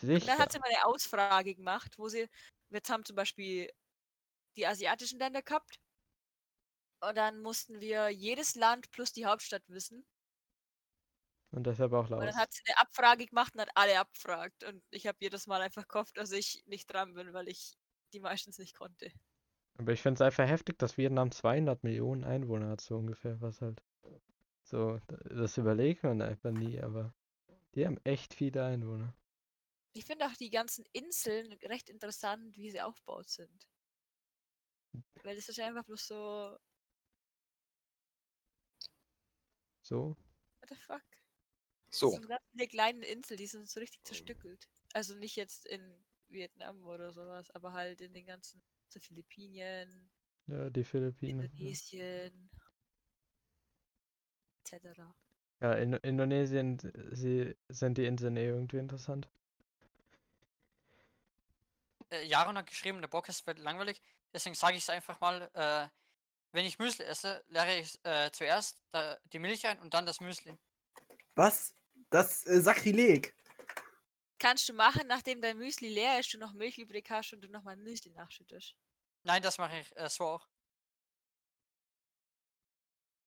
S3: Und dann
S1: Sicher.
S3: hat sie mal eine Ausfrage gemacht, wo sie, wir haben zum Beispiel die asiatischen Länder gehabt. Und dann mussten wir jedes Land plus die Hauptstadt wissen.
S1: Und deshalb auch
S3: Und
S1: laut.
S3: dann hat sie eine Abfrage gemacht und hat alle abfragt. Und ich habe jedes Mal einfach gehofft, dass ich nicht dran bin, weil ich die meistens nicht konnte.
S1: Aber ich finde es einfach heftig, dass Vietnam 200 Millionen Einwohner hat, so ungefähr, was halt. So, d- das überlegt man einfach nie, aber die haben echt viele Einwohner.
S3: Ich finde auch die ganzen Inseln recht interessant, wie sie aufgebaut sind. Weil das ist einfach bloß so, what
S1: So,
S3: the fuck? Das
S2: So,
S3: sind ganz viele kleine Inseln, die sind so richtig
S1: Oh.
S3: zerstückelt. Also nicht jetzt in Vietnam oder sowas, aber halt in den ganzen so Philippinen,
S1: ja, die Philippinen. ja.
S3: Indonesien, etc.
S1: Ja, in Indonesien, sie sind die Inseln eh irgendwie interessant.
S4: äh, Jaron hat geschrieben, der Bock ist wird langweilig. Deswegen sage ich es einfach mal, äh, wenn ich Müsli esse, leere ich äh, zuerst da, die Milch ein und dann das Müsli.
S5: Was? Das äh, Sakrileg.
S3: Kannst du machen, nachdem dein Müsli leer ist, du noch Milch übrig hast und du nochmal Müsli nachschüttest.
S4: Nein, das mache ich äh, so auch.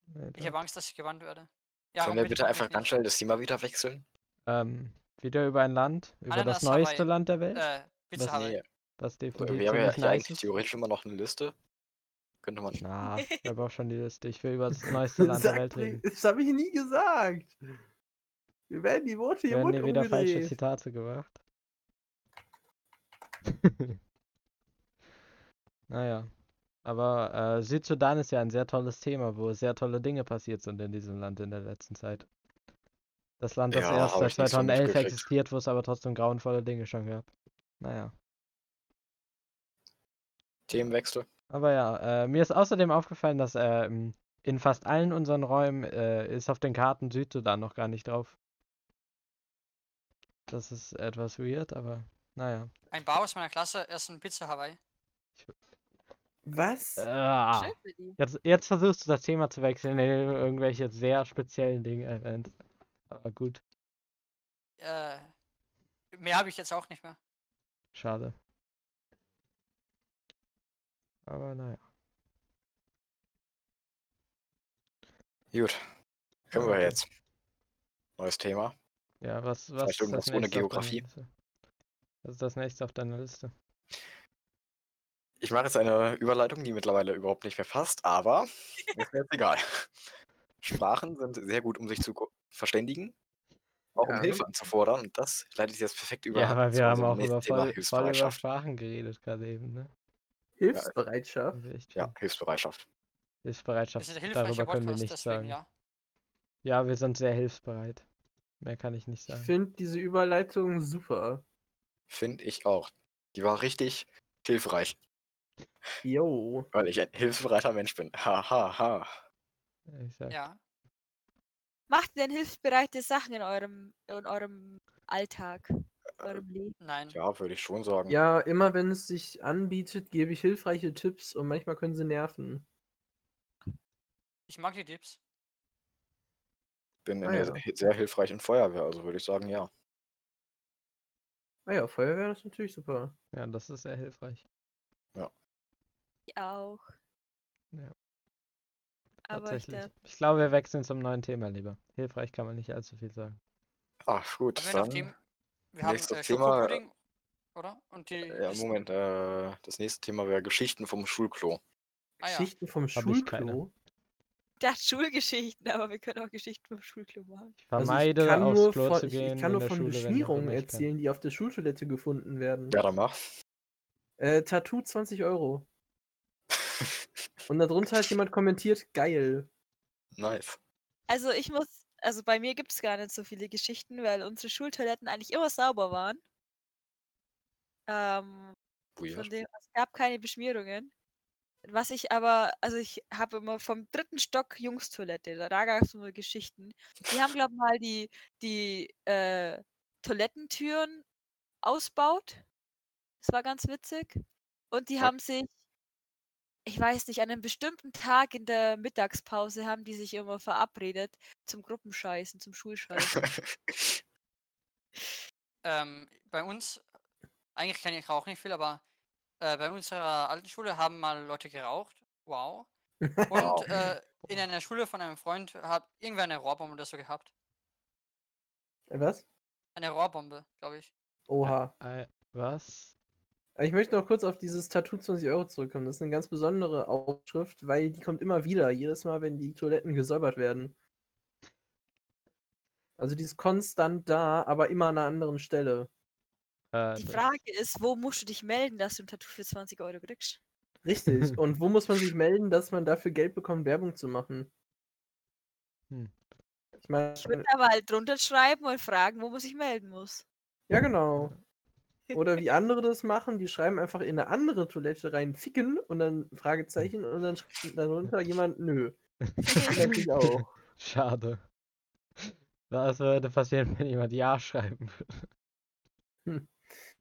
S4: Ich
S1: Alter.
S4: habe Angst, dass ich gewandt werde.
S2: können Hm. wir bitte
S4: mach
S2: einfach
S4: mich
S2: ganz schnell das Thema wieder wechseln?
S1: Ähm, wieder über ein Land, über das
S4: Ananas
S1: neueste
S4: Hawaii.
S1: Land der Welt,
S4: Äh, Pizza
S1: Was-
S4: Hawaii.
S2: Nee, äh,
S1: was definitiv
S2: wir haben ja
S1: ziemlich
S2: hier
S1: nice
S2: eigentlich
S1: ist.
S2: theoretisch immer noch eine Liste. Könnte man.
S1: Na, ich habe auch schon die Liste. Ich will über das neueste Land der Welt reden.
S5: Sakrileg. Das habe ich nie gesagt. Wir werden die Worte hier
S1: Werden
S5: Mund
S1: dir wieder falsche
S5: umgedreht.
S1: Zitate gemacht. naja. Aber äh, Südsudan ist ja ein sehr tolles Thema, wo sehr tolle Dinge passiert sind in diesem Land in der letzten Zeit. Das Land, das
S2: Ja,
S1: erst
S2: hab
S1: seit
S2: ich nicht so
S1: 2011
S2: mitgekriegt.
S1: existiert, wo es aber trotzdem grauenvolle Dinge schon gab. Naja.
S2: Themenwechsel.
S1: Aber ja, äh, mir ist außerdem aufgefallen, dass ähm, in fast allen unseren Räumen äh, ist auf den Karten Südsudan noch gar nicht drauf. Das ist etwas weird, aber naja.
S4: Ein Bar aus meiner Klasse essen Pizza Hawaii.
S5: Was?
S2: Äh,
S1: Ah,
S3: Schön für die.
S1: jetzt, jetzt versuchst du das Thema zu wechseln, indem du irgendwelche sehr speziellen Dinge erwähnst. Aber gut,
S4: Äh, mehr habe ich jetzt auch nicht mehr.
S1: schade. Aber naja.
S2: Gut. Können wir
S1: Okay.
S2: jetzt. Neues Thema.
S1: Ja, was, was ist
S2: irgendwas
S1: das nächste auf
S2: ohne
S1: deiner
S2: Geografie?
S1: Liste? Was ist das nächste auf deiner Liste?
S2: Ich mache jetzt eine Überleitung, die mittlerweile überhaupt nicht mehr passt, aber ist mir jetzt egal. Sprachen sind sehr gut, um sich zu ko- verständigen, auch um
S5: Ja.
S2: Hilfe anzufordern. Und das leitet sich jetzt perfekt über
S1: ja, weil
S2: zu
S1: wir haben
S2: unserem
S1: auch
S2: nächsten
S1: über
S2: Thema
S1: voll, voll über
S2: Hilfsbereitschaft.
S1: Sprachen geredet gerade eben, ne?
S5: Hilfsbereitschaft.
S1: Also echt
S2: Ja, Hilfsbereitschaft.
S1: viel Hilfsbereitschaft,
S4: Das ist ein hilfreicher
S1: darüber können wir
S4: Podcast,
S1: nichts sagen.
S4: deswegen ja.
S1: Ja, wir sind sehr hilfsbereit. Mehr kann ich nicht
S5: Ich
S1: sagen.
S5: finde diese Überleitung super.
S2: Finde ich auch. Die war richtig hilfreich,
S5: Yo.
S2: weil ich ein hilfsbereiter Mensch bin. Hahaha. Ha, ha.
S1: Ich sag,
S4: Ja.
S3: Macht denn hilfsbereite Sachen in eurem, in eurem Alltag, in eurem Leben?
S4: Nein.
S2: Ja, würde ich schon sagen.
S5: Ja, immer wenn es sich anbietet, gebe ich hilfreiche Tipps und manchmal können sie nerven.
S4: Ich mag die Dips.
S2: Bin in
S5: Ah,
S2: der
S5: ja.
S2: se- sehr hilfreichen Feuerwehr, also würde ich sagen, ja.
S5: Ah ja, Feuerwehr ist natürlich super.
S1: ja, das ist sehr hilfreich.
S3: Ich auch.
S1: Ja.
S3: Aber ich
S1: Tatsächlich.
S3: darf
S1: Ich glaube, wir wechseln zum neuen Thema lieber. Hilfreich kann man nicht allzu viel sagen.
S2: Ach gut,
S4: Haben wir noch
S2: dann.
S4: Themen? Wir haben
S2: nächstes
S4: äh,
S2: Thema,
S4: Schokopudding, oder? Und die
S2: Ja,
S4: Listen.
S2: Moment. Äh, das nächste Thema wäre Geschichten vom Schulklo.
S4: Ah, ja.
S5: Geschichten vom
S1: Hab ich keine.
S5: Schulklo.
S3: das Schulgeschichten, aber wir können auch Geschichten vom Schulclub machen.
S1: Ich
S5: Also
S1: vermeide,
S5: ich kann
S1: aufs
S5: nur
S1: Klo
S5: von,
S1: zu
S5: ich,
S1: gehen.
S5: ich
S1: in
S5: kann nur
S1: der
S5: von
S1: Schule, wenn ich auch
S5: Beschmierungen
S1: nicht kann.
S5: erzählen, die auf der Schultoilette gefunden werden.
S2: Ja, dann mach.
S5: Äh, Tattoo 20 Euro. Und darunter hat jemand kommentiert, geil.
S2: Nice.
S3: Also ich muss, also bei mir gibt es gar nicht so viele Geschichten, weil unsere Schultoiletten eigentlich immer sauber waren. Ähm, von
S2: Weird.
S3: dem, es gab keine Beschmierungen. Was ich aber, also ich habe immer vom dritten Stock Jungstoilette, da, da gab es nur Geschichten. Die haben, glaube ich, mal die, die äh, Toilettentüren ausbaut Das war ganz witzig. Und die haben sich, ich weiß nicht, an einem bestimmten Tag in der Mittagspause haben die sich immer verabredet zum Gruppenscheißen, zum Schulscheißen.
S4: Ähm, bei uns, eigentlich kenne ich Rauch nicht viel, aber äh, bei unserer alten Schule haben mal Leute geraucht. Wow.
S2: Wow.
S4: Und äh, in einer Schule von einem Freund hat irgendwer eine Rohrbombe oder so gehabt.
S5: Äh, Was?
S4: Eine Rohrbombe, glaube ich.
S5: Oha.
S1: Ei, was?
S5: Aber Ich möchte noch kurz auf dieses Tattoo 20 Euro zurückkommen. Das ist eine ganz besondere Aufschrift, weil die kommt immer wieder, jedes Mal, wenn die Toiletten gesäubert werden. Also die ist konstant da, aber immer an einer anderen Stelle.
S1: Äh,
S3: Die
S1: das-
S3: Frage ist, wo musst du dich melden, dass du ein Tattoo für 20 Euro kriegst?
S5: Richtig. Und wo muss man sich melden, dass man dafür Geld bekommt, Werbung zu machen?
S1: Hm.
S5: Ich meine,
S3: Ich würde aber halt drunter schreiben und fragen, wo man sich melden muss.
S5: ja genau. Oder wie andere das machen, die schreiben einfach in eine andere Toilette rein, ficken und dann Fragezeichen und dann schreibt darunter jemand, nö. Natürlich auch.
S1: Schade. Was würde passieren, wenn jemand Ja schreiben würde?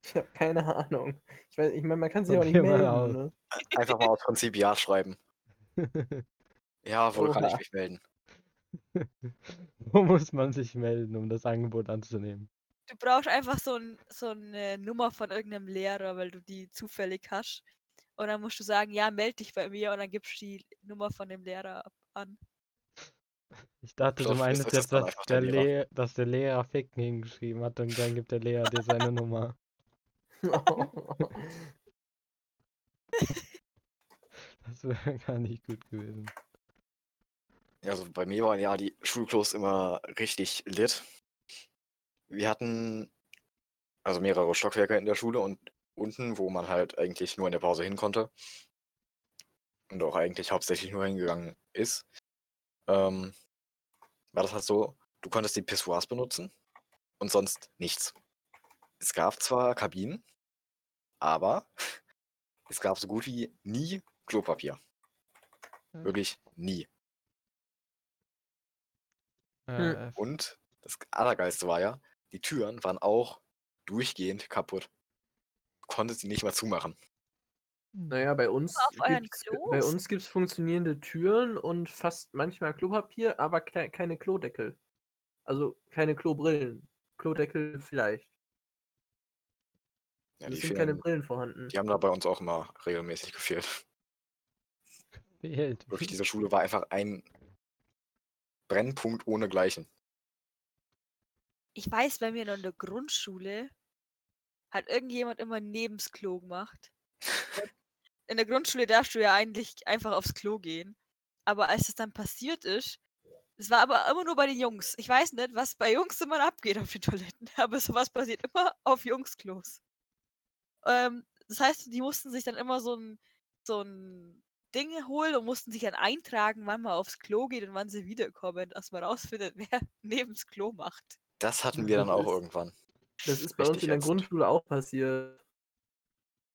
S5: Ich habe keine Ahnung. Ich, weiß- ich meine, man kann sich auch nicht
S1: Probier mal
S5: melden.
S1: aus.
S5: Ne?
S2: Einfach mal aus Prinzip Ja schreiben. Ja, wohl kann ich
S5: Oha.
S2: mich melden.
S1: Wo muss man sich melden, um das Angebot anzunehmen?
S3: Du brauchst einfach so, ein, so eine Nummer von irgendeinem Lehrer, weil du die zufällig hast. Und dann musst du sagen, ja, melde dich bei mir und dann gibst du die Nummer von dem Lehrer ab, an.
S1: Ich dachte, du
S2: Plot twist,
S1: meinst
S2: das ist
S1: jetzt,
S2: dann
S1: dass
S2: einfach
S1: der,
S2: der Lehrer.
S1: Lehrer. dass der Lehrer Ficken hingeschrieben hat und dann gibt der Lehrer dir seine Nummer.
S5: ne?
S1: Das wäre gar nicht gut gewesen.
S2: Ja, Also bei mir waren ja die Schulklos immer richtig lit. Wir hatten also mehrere Stockwerke in der Schule und unten, wo man halt eigentlich nur in der Pause hin konnte und auch eigentlich hauptsächlich nur hingegangen ist, ähm, war das halt so, du konntest die Pissoirs benutzen und sonst nichts. Es gab zwar Kabinen, aber es gab so gut wie nie Klopapier.
S1: Ja.
S2: Wirklich nie.
S1: Äh,
S2: Und das Allergeilste war ja, die Türen waren auch durchgehend kaputt. Du konntest sie nicht mal zumachen.
S5: naja, bei uns
S3: Auf euren
S5: gibt's, äh,
S3: Klos?
S5: bei uns gibt's funktionierende Türen und fast manchmal Klopapier, aber kle- keine Klodeckel. Also keine Klobrillen. Klodeckel vielleicht.
S2: Ja,
S5: es
S2: die,
S5: sind keine
S2: fehlen,
S5: Brillen vorhanden.
S2: die haben da bei uns auch immer regelmäßig gefehlt.
S1: fehlt.
S2: Wirklich, diese Schule war einfach ein Brennpunkt ohnegleichen.
S3: Ich weiß, bei mir noch in der Grundschule hat irgendjemand immer nebens Klo gemacht. Und in der Grundschule darfst du ja eigentlich einfach aufs Klo gehen. Aber als das dann passiert ist, es war aber immer nur bei den Jungs. Ich weiß nicht, was bei Jungs immer abgeht auf den Toiletten, aber sowas passiert immer auf Jungsklos. Ähm, das heißt, die mussten sich dann immer so ein, so ein Ding holen und mussten sich dann eintragen, wann man aufs Klo geht und wann sie wiederkommen, dass man rausfindet, wer nebens Klo macht.
S2: Das hatten wir
S5: Das
S2: dann auch
S5: ist-
S2: irgendwann.
S5: Das ist bei uns
S2: Richtig
S5: in der
S2: ätzend.
S5: Grundschule auch passiert.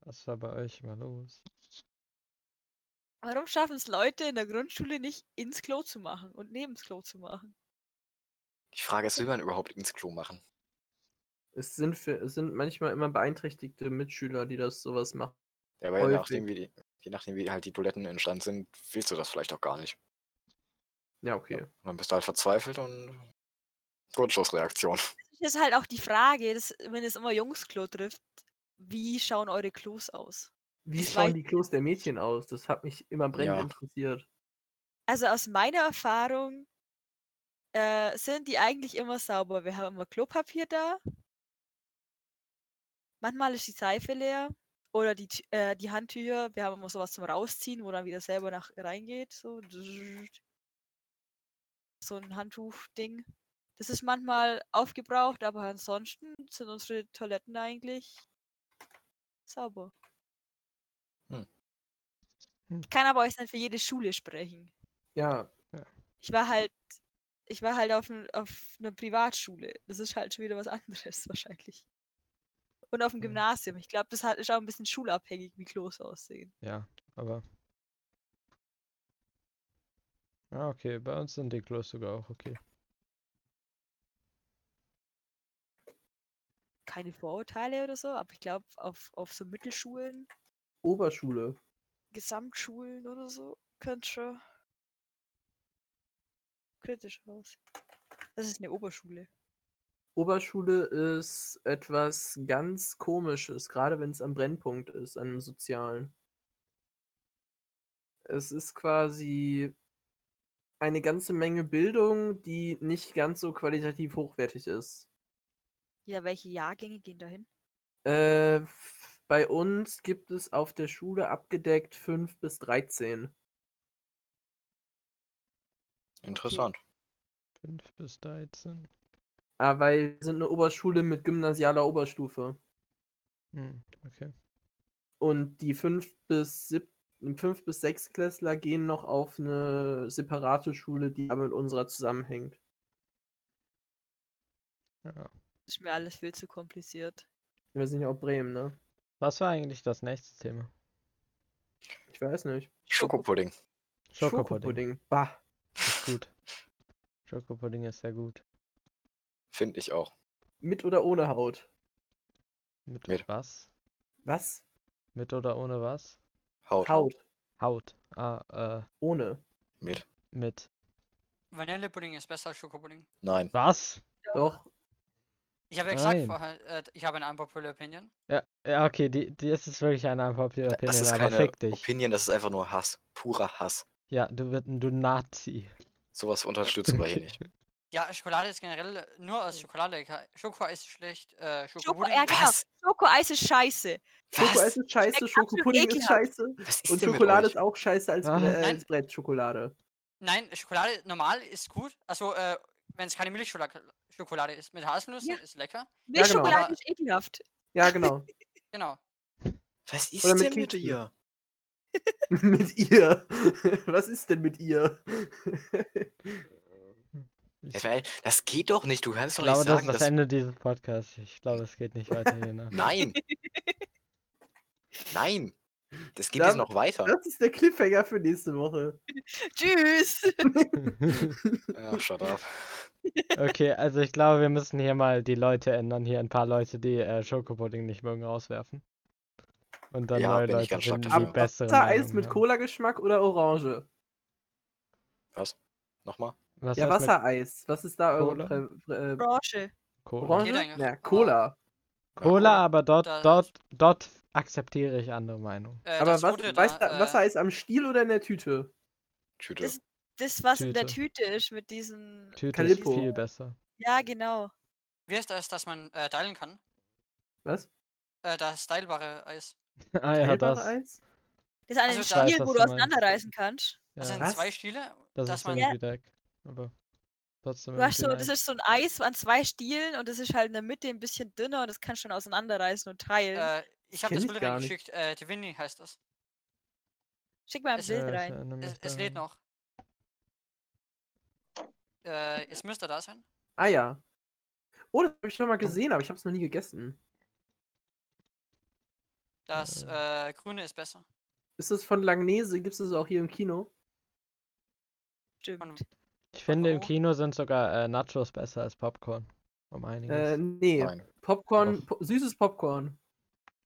S1: Was war bei euch mal los?
S3: Warum schaffen es Leute in der Grundschule nicht, ins Klo zu machen und nebens Klo zu machen?
S2: Die Frage ist, will man überhaupt ins Klo machen?
S5: Es sind, für, es sind manchmal immer beeinträchtigte Mitschüler, die das sowas machen.
S2: Ja, weil je
S5: Häufig.
S2: nachdem, wie die, je nachdem, wie halt die Toiletten in Stand sind, willst du das vielleicht auch gar nicht.
S5: Ja, okay.
S2: Und dann bist du halt verzweifelt und Kurzschussreaktion.
S3: Das ist halt auch die Frage, dass, wenn es immer Jungsklo trifft, wie schauen eure Klos aus?
S5: Wie
S3: Ich
S5: schauen
S3: weiß-
S5: die Klos der Mädchen aus? Das hat mich immer brennend
S2: Ja.
S5: interessiert.
S3: Also aus meiner Erfahrung äh, sind die eigentlich immer sauber. Wir haben immer Klopapier da. Manchmal ist die Seife leer oder die, Tü- äh, die Handtücher. Wir haben immer sowas zum Rausziehen, wo dann wieder selber nach reingeht. So, so ein Handtuchding. Das ist manchmal aufgebraucht, aber ansonsten sind unsere Toiletten eigentlich sauber.
S2: Hm.
S1: Hm.
S3: Ich kann aber euch nicht für jede Schule sprechen
S5: Ja,
S3: ich war halt, ich war halt auf, n- auf einer Privatschule. Das ist halt schon wieder was anderes wahrscheinlich. Und auf dem
S1: Ja.
S3: Gymnasium. Ich glaube, das hat, ist auch ein bisschen schulabhängig, wie Klos aussehen.
S1: Ja, aber. Ah, okay, bei uns sind die Klos sogar auch okay.
S3: keine Vorurteile oder so, aber ich glaube, auf, auf so Mittelschulen,
S5: Oberschule.
S3: Gesamtschulen oder so, könnte schon kritisch aus. Das ist eine Oberschule.
S5: Oberschule ist etwas ganz Komisches, gerade wenn es am Brennpunkt ist, an einem sozialen. Es ist quasi eine ganze Menge Bildung, die nicht ganz so qualitativ hochwertig ist.
S3: Ja, welche Jahrgänge gehen dahin?
S5: Äh, f- bei uns gibt es auf der Schule abgedeckt 5 bis 13.
S2: Interessant.
S1: 5 bis 13.
S5: Ah, weil wir sind eine Oberschule mit gymnasialer Oberstufe.
S1: Hm, okay.
S5: Und die 5 bis 7. 5 bis 6 Klässler gehen noch auf eine separate Schule, die aber mit unserer zusammenhängt.
S1: Ja.
S3: Ist mir alles viel zu kompliziert.
S5: Wir sind ja auch Bremen, ne?
S1: Was war eigentlich das nächste Thema?
S5: Ich weiß nicht.
S2: Schokopudding.
S1: Schokopudding.
S5: Bah.
S1: Ist gut. Schokopudding ist sehr gut.
S2: Finde ich auch.
S5: Mit oder ohne Haut?
S1: Mit,
S2: Mit.
S1: was?
S5: Was?
S1: Mit oder ohne was?
S2: Haut.
S5: Haut.
S1: Haut. Ah,
S5: Ohne.
S2: Mit.
S1: äh, mit.
S4: Vanillepudding ist besser als Schokopudding.
S2: Nein.
S1: Was?
S5: Doch.
S4: Ich habe ja gesagt
S1: Nein.
S4: vorher, äh, ich habe eine unpopular Opinion.
S1: Ja, ja okay, die, die das ist wirklich eine unpopular
S2: Das
S1: Opinion,
S2: Äh, ist
S1: aber
S2: keine
S1: fick dich.
S2: Opinion, das ist einfach nur Hass. Purer Hass.
S1: Ja, du wirst du Nazi.
S2: Sowas unterstützen wir hier nicht.
S4: Ja, Schokolade ist generell äh, nur aus Schokolade. lecker. Schokoeis ist schlecht, äh,
S3: Schoko,
S4: Schokopudding.
S3: ja, genau.
S2: Was?
S3: Schokoeis ist scheiße.
S5: Schokoeis
S2: Was?
S5: ist scheiße,
S3: Schmeckt absolut
S5: Schokopudding ist
S3: ekelhaft.
S5: scheiße.
S2: Was ist
S5: Und
S2: denn mit
S5: Schokolade
S2: euch?
S5: ist auch scheiße als,
S1: Ah.
S5: Bre- äh,
S4: Nein.
S5: als Brettschokolade.
S4: Nein, Schokolade normal ist gut. Also, äh, wenn es keine Milchschokolade ist. Mit Haselnüssen
S3: Ja.
S4: ist lecker.
S5: genau.
S3: Milchschokolade
S4: Aber-
S3: ist ekelhaft.
S5: Ja, genau.
S4: Genau.
S2: Was ist
S5: Oder mit
S2: denn mit
S5: Keksen.
S2: dir?
S5: mit ihr. Was ist denn mit ihr?
S2: Ja, weil- Das geht doch nicht, du kannst
S1: Ich
S2: doch nicht
S1: glaube, das ist
S2: sagen,
S1: das
S2: dass...
S1: Ende dieses Podcasts. Ich glaube, es geht nicht weiter hier. Ne?
S2: Nein! Nein! Das geht
S5: Da-
S2: jetzt noch weiter.
S5: das ist der Cliffhanger für nächste Woche.
S3: Tschüss.
S2: Ach, shut up.
S1: okay, also ich glaube, wir müssen hier mal die Leute ändern. Hier ein paar Leute, die äh, Schokopudding nicht mögen, rauswerfen. Und dann
S2: Ja,
S1: neue
S2: bin ich
S1: Leute
S2: ganz stark
S1: finden, die
S2: dafür.
S5: Ab
S1: bessere
S5: Eis
S1: Meinung
S5: mit
S1: haben.
S5: Cola-Geschmack oder Orange?
S2: Nochmal.
S1: Was
S5: ja,
S1: heißt mit
S5: Wassereis. Was ist da eure
S1: Cola?
S5: Prä Prä äh,
S3: Branche.
S1: Cola?
S5: Orange?
S4: Geht eigentlich.
S5: Ja, Cola.
S1: Cola, aber dort,
S4: Da-
S1: dort, dort akzeptiere ich andere Meinung.
S4: Äh,
S5: Aber
S4: das
S5: was, halt
S4: Rote
S5: weißt
S4: da, äh,
S5: du, Wassereis am Stiel oder in der Tüte?
S2: Tüte.
S3: Das- Das, was in der
S1: Tüte.
S3: Tüte ist mit diesen.
S1: Tüte
S5: Calippo.
S1: ist viel besser.
S3: Ja, genau.
S4: Wie heißt das, dass man äh, teilen kann?
S5: Was?
S4: Äh, das teilbare Eis.
S1: ah ja,
S5: Teilbare
S1: das.
S5: Eis?
S3: Das ist ein
S4: Also ich
S1: weiß,
S3: Stiel,
S1: was du
S3: wo du
S1: meinst.
S3: auseinanderreißen kannst.
S4: Das
S1: Ja,
S4: sind zwei
S5: Was?
S4: Stiele,
S1: das
S4: dass
S1: ist
S4: man.
S1: dann
S3: Ja.
S1: wieder. Aber trotzdem.
S3: Du hast so,
S1: irgendwie
S3: das
S1: nice.
S3: ist so ein Eis an zwei Stielen und das ist halt in der Mitte ein bisschen dünner und das kannst du dann auseinanderreißen und teilen.
S4: Äh, ich habe
S5: kenn
S4: das
S5: ich
S4: Bild
S5: gar nicht.
S4: reingeschickt. Äh, Divini heißt das.
S3: Schick mal ein
S4: es-
S3: Bild
S1: Ja, ich
S3: rein.
S1: erinnere
S4: Es,
S1: mich
S4: es lädt
S1: daran.
S4: noch. Äh, es müsste da sein.
S5: Ah ja. Oh, das habe ich schon mal gesehen, aber ich habe es noch nie gegessen.
S4: Das äh, Grüne ist besser.
S5: Ist das von Langnese? Gibt es das auch hier im Kino?
S3: Stimmt.
S1: Ich finde, im
S4: Warum?
S1: Kino sind sogar äh, Nachos besser als Popcorn. Um einiges.
S5: Äh, nee.
S2: Nein.
S5: Popcorn, po süßes Popcorn.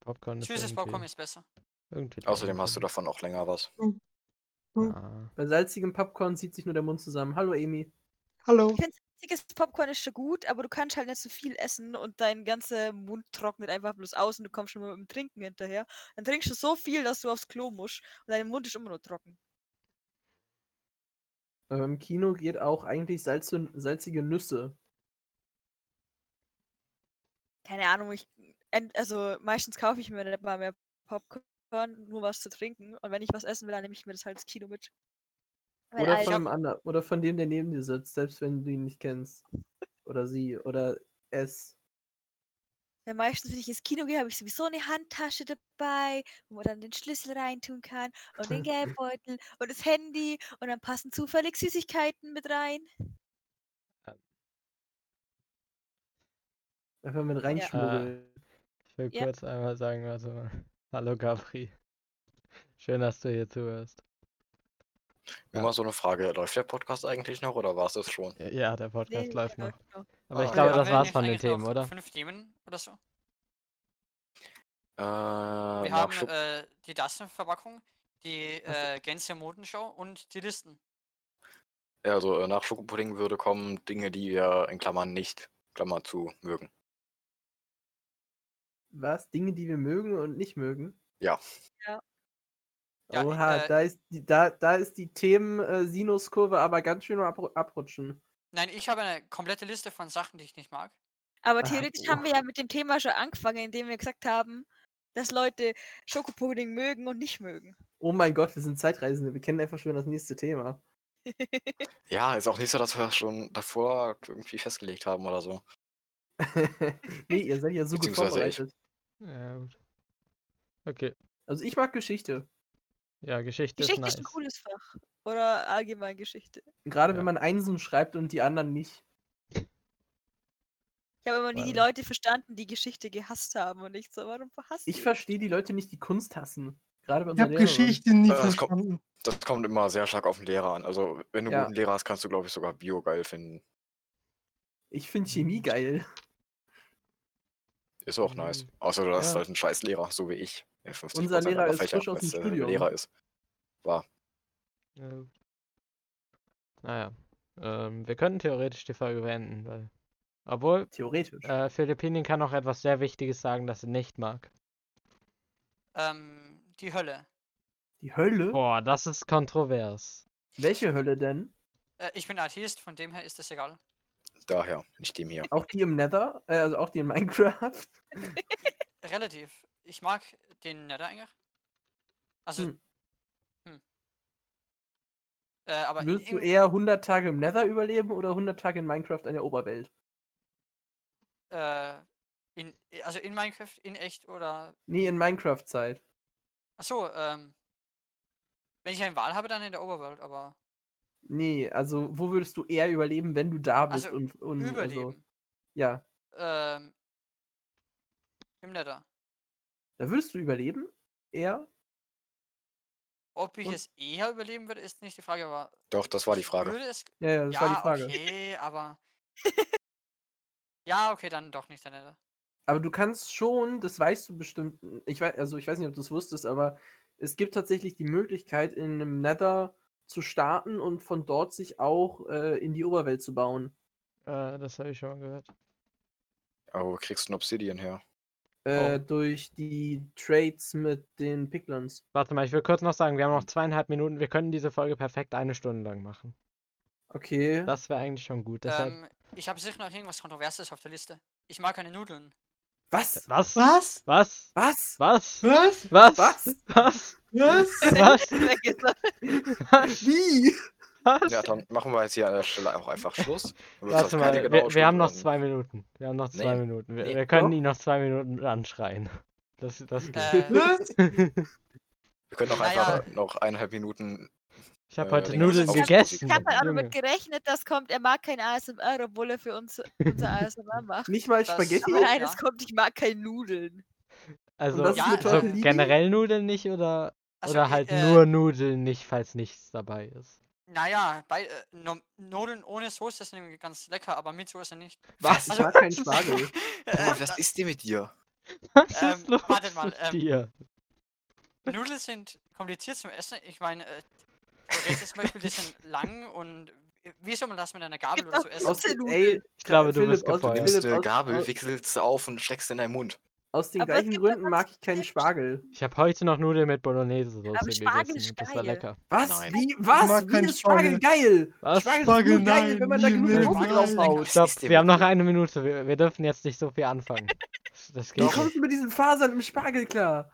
S1: Popcorn ist
S4: Süßes
S1: irgendwie,
S4: Popcorn ist besser.
S1: irgendwie
S2: Außerdem hast du
S1: langweilig.
S2: davon auch länger was.
S1: Ah.
S5: Bei salzigem Popcorn zieht sich nur der Mund zusammen. Hallo, Emi.
S3: Ich finde, dickes Popcorn ist schon gut, aber du kannst halt nicht so viel essen und dein ganzer Mund trocknet einfach bloß aus und du kommst schon mal mit dem Trinken hinterher. Dann trinkst du so viel, dass du aufs Klo musst und dein Mund ist immer noch trocken.
S5: Aber Im Ähm, Kino geht auch eigentlich Salz salzige Nüsse.
S3: Keine Ahnung, ich. en- Also meistens kaufe ich mir nicht mal mehr Popcorn, nur um was zu trinken. Und wenn ich was essen will, dann nehme ich mir das halt ins Kino mit. Weil
S5: Oder
S3: Alter-
S5: von, einem ander- oder von dem, der neben dir sitzt, selbst wenn du ihn nicht kennst. Oder sie. Oder es.
S3: Ja, meistens, wenn ich ins Kino gehe, habe ich sowieso eine Handtasche dabei, wo man dann den Schlüssel reintun kann und den Geldbeutel und das Handy und dann passen zufällig Süßigkeiten mit rein.
S5: Einfach mit reinschmuggeln.
S1: Ich will
S3: Ja.
S1: kurz einmal sagen, also, hallo Gabri. Schön, dass du hier zuhörst.
S2: Nur mal so eine Frage, läuft der Podcast eigentlich noch oder war es das schon?
S1: Ja, der
S3: Nee,
S1: Podcast
S3: der
S1: läuft noch.
S3: läuft noch.
S1: Aber ich
S2: Ah,
S1: glaube,
S2: ja.
S4: Wir
S1: das
S4: haben
S1: war's
S4: jetzt
S1: von den
S4: Äh, eigentlich noch
S1: Themen, oder?
S4: Fünf Themen oder so.
S2: Äh,
S4: Wir
S2: Mark
S4: haben
S2: Schupp,
S4: äh, die Dassen-Verpackung, die äh, Gänse-Modenshow und die Listen.
S2: also äh, nach Schokopudding würde kommen Dinge, die wir in Klammern nicht, Klammer zu, mögen.
S5: Was? Dinge, die wir mögen und nicht mögen?
S2: Ja.
S3: Ja.
S4: Ja,
S5: Oha,
S4: äh,
S5: da, ist die, da, da ist die Themen-Sinuskurve aber ganz schön am abru- abrutschen.
S4: Nein, ich habe eine komplette Liste von Sachen, die ich nicht mag.
S3: Aber
S5: Ah,
S3: theoretisch haben wir ja mit dem Thema schon angefangen, indem wir gesagt haben, dass Leute Schokopudding mögen und nicht mögen.
S5: Oh mein Gott, wir sind Zeitreisende. Wir kennen einfach schon das nächste Thema.
S2: Ja, ist auch nicht so, dass wir schon davor irgendwie festgelegt haben oder so.
S5: nee, ihr seid ja so gut
S2: Beziehungsweise ich.
S5: vorbereitet.
S1: Ja, gut. Okay.
S5: Also ich mag Geschichte.
S1: Ja, Geschichte,
S3: Geschichte
S1: ist
S3: ist ein
S1: nice.
S3: cooles Fach. Oder allgemein Geschichte.
S5: Gerade
S1: Ja.
S5: wenn man Einsen schreibt und die anderen nicht.
S3: Ich habe immer nie die
S1: Weil-
S3: Leute verstanden, die Geschichte gehasst haben und ich so, warum verhasst
S5: Ich
S3: ihr?
S5: verstehe die Leute nicht, die Kunst hassen. Gerade bei
S6: Ich habe
S5: unserer Lehrerin.
S6: Geschichte nie
S2: Äh, es kommt-
S6: verstanden.
S2: Das kommt immer sehr stark auf den Lehrer an. Also, wenn du
S5: Ja.
S2: einen guten Lehrer hast, kannst du, glaube ich, sogar Bio geil finden.
S5: Ich finde Chemie geil.
S2: Ist auch nice.
S1: Mhm.
S2: Außer du hast
S5: Ja.
S2: halt einen scheiß Lehrer, so wie ich. In 50%
S5: Unser Lehrer
S2: aller
S5: ist
S2: Fächer,
S5: frisch aus dem
S2: wenn's derselbe
S5: Studium.
S2: Lehrer ist.
S1: Ja, gut. Naja. Ähm, wir könnten theoretisch die Folge beenden, weil. Obwohl,
S5: Theoretisch.
S1: äh, Philippinen kann noch etwas sehr Wichtiges sagen, das sie nicht mag.
S4: Ähm, die Hölle.
S5: Die Hölle?
S1: Boah, das ist kontrovers.
S5: Welche Hölle denn?
S4: Äh, ich bin Atheist, von dem her ist das egal.
S2: Daher, nicht dem hier.
S5: Auch die im Nether? Äh, also auch die in Minecraft?
S4: Relativ. Ich mag den Nether eigentlich. Also. Hm.
S5: Hm.
S4: Äh, aber
S5: Würdest du
S4: irgend-
S5: eher 100 Tage im Nether überleben oder 100 Tage in Minecraft an der Oberwelt?
S4: äh, in, also in Minecraft, in echt oder.
S5: Nee, in Minecraft-Zeit.
S4: Achso, ähm. Wenn ich eine Wahl habe, dann in der Oberwelt, aber
S5: Nee, also wo würdest du eher überleben, wenn du da bist?
S4: Also,
S5: und, und Also,
S4: überleben.
S5: ja.
S4: Ähm, Im Nether.
S5: Da würdest du überleben? Eher?
S4: Ob ich
S5: Und-
S4: es eher überleben würde, ist nicht die Frage, aber.
S2: Doch, das war die
S4: ich
S2: Frage.
S4: Würde es...
S5: Ja, ja, das
S4: Ja,
S5: war die Frage.
S4: okay, aber. ja, okay, dann doch nicht der Nether.
S5: Aber du kannst schon, das weißt du bestimmt, ich weiß, also ich weiß nicht, ob du es wusstest, aber es gibt tatsächlich die Möglichkeit, in einem Nether zu starten und von dort sich auch äh, in die Oberwelt zu bauen.
S1: Äh, das habe ich schon mal gehört.
S2: Aber wo Oh, kriegst du einen Obsidian her?
S3: Oh.
S5: Äh, Durch die Trades mit den Piglins.
S1: Warte mal, ich will kurz noch sagen, wir haben noch zweieinhalb Minuten. Wir können diese Folge perfekt eine Stunde lang machen.
S5: Okay.
S1: Das wäre eigentlich schon gut. Deshalb.
S4: Ähm, ich habe sicher noch irgendwas Kontroverses auf der Liste. Ich mag keine Nudeln.
S5: Was?
S1: Was?
S6: Was?
S1: Was?
S5: Was?
S1: Was?
S6: Was?
S1: Was?
S5: Was?
S1: Was?
S6: Was?
S1: Was?
S3: Weg ist er.
S1: Was?
S5: Wie?
S1: Was?
S2: Ja, dann machen wir jetzt hier an der Stelle auch einfach Schluss. Dann wird das
S1: Warte mal,
S2: keine genaue
S1: wir, wir haben
S2: Stunde
S1: noch
S2: werden.
S1: zwei Minuten. Wir haben noch zwei
S2: Nee,
S1: Minuten. Wir,
S2: nee,
S1: wir können
S5: doch.
S1: ihn noch zwei Minuten anschreien. Das, das geht.
S4: Äh,
S6: Was?
S2: Wir können auch
S4: Naja.
S2: einfach noch eineinhalb Minuten.
S1: Ich habe
S2: äh,
S1: heute
S2: den
S1: Nudeln
S2: ganzen Ausflug
S1: gegessen.
S3: Ich habe halt auch
S1: Junge.
S3: damit gerechnet, dass kommt, er mag kein ASMR, obwohl er für uns unser ASMR macht.
S5: Nicht mal
S4: Das-
S5: Spaghetti?
S3: Aber
S4: auch,
S3: nein,
S4: ja.
S3: es kommt, ich mag kein Nudeln.
S1: Also,
S5: das
S4: ist mit
S1: also
S4: Tortellini?
S1: generell Nudeln nicht oder,
S4: Also,
S1: oder
S4: i-
S1: halt
S4: äh,
S1: nur Nudeln nicht, falls nichts dabei ist.
S4: Naja, bei, äh, no, Nudeln ohne Soße sind irgendwie ganz lecker, aber mit Soße nicht.
S5: Was? Ich
S4: Also-
S5: mag keinen Spargel.
S4: Äh,
S2: Oh, was ist denn mit dir?
S1: Was
S4: ähm,
S1: ist los
S4: wartet mal,
S1: mit
S4: ähm,
S1: dir?
S4: äh, Nudeln sind kompliziert zum Essen. Ich meine, äh, Reis zum Beispiel, die sind lang und äh, wie soll man das mit einer Gabel
S2: Genau.
S4: oder so essen?
S5: Aus,
S3: Große Nudeln.
S5: ey,
S1: Ich glaube, du
S5: Philipp,
S1: bist
S5: aus-
S2: Du
S1: gefeuert.
S5: Philipp-
S2: nimmst eine
S5: aus-
S2: Gabel,
S1: Äh.
S5: aus-
S2: wickelst sie auf und steckst sie in deinen Mund.
S5: aus den
S3: Aber es
S5: gleichen
S3: gibt doch
S5: Gründen
S3: ganz
S5: mag ich keinen
S3: viele-
S5: Spargel.
S1: Ich habe heute noch Nudeln mit Bolognese-Soße
S3: Aber Spargel
S1: gegessen.
S3: ist
S1: und Das war
S3: geil.
S1: lecker.
S5: Was?
S2: Nein.
S5: Wie?
S6: mag
S5: Was? Wie
S6: keinen
S5: ist Spargel
S6: Spargel.
S5: geil?
S1: Was?
S5: Spargel ist
S6: Spargel,
S5: nur geil,
S6: nein,
S5: wenn man da
S6: nie
S5: genug
S6: im
S5: Soße
S4: Leben.
S5: drauf
S4: Nein.
S5: haut.
S1: Stopp,
S2: ist denn
S1: wir haben
S2: mit
S1: noch
S2: dir?
S1: eine Minute. Wir, wir dürfen jetzt nicht so viel anfangen. Das- Das
S5: Wie
S1: geht
S5: kommst
S1: nicht.
S5: du mit diesen Fasern im Spargel klar?
S3: Du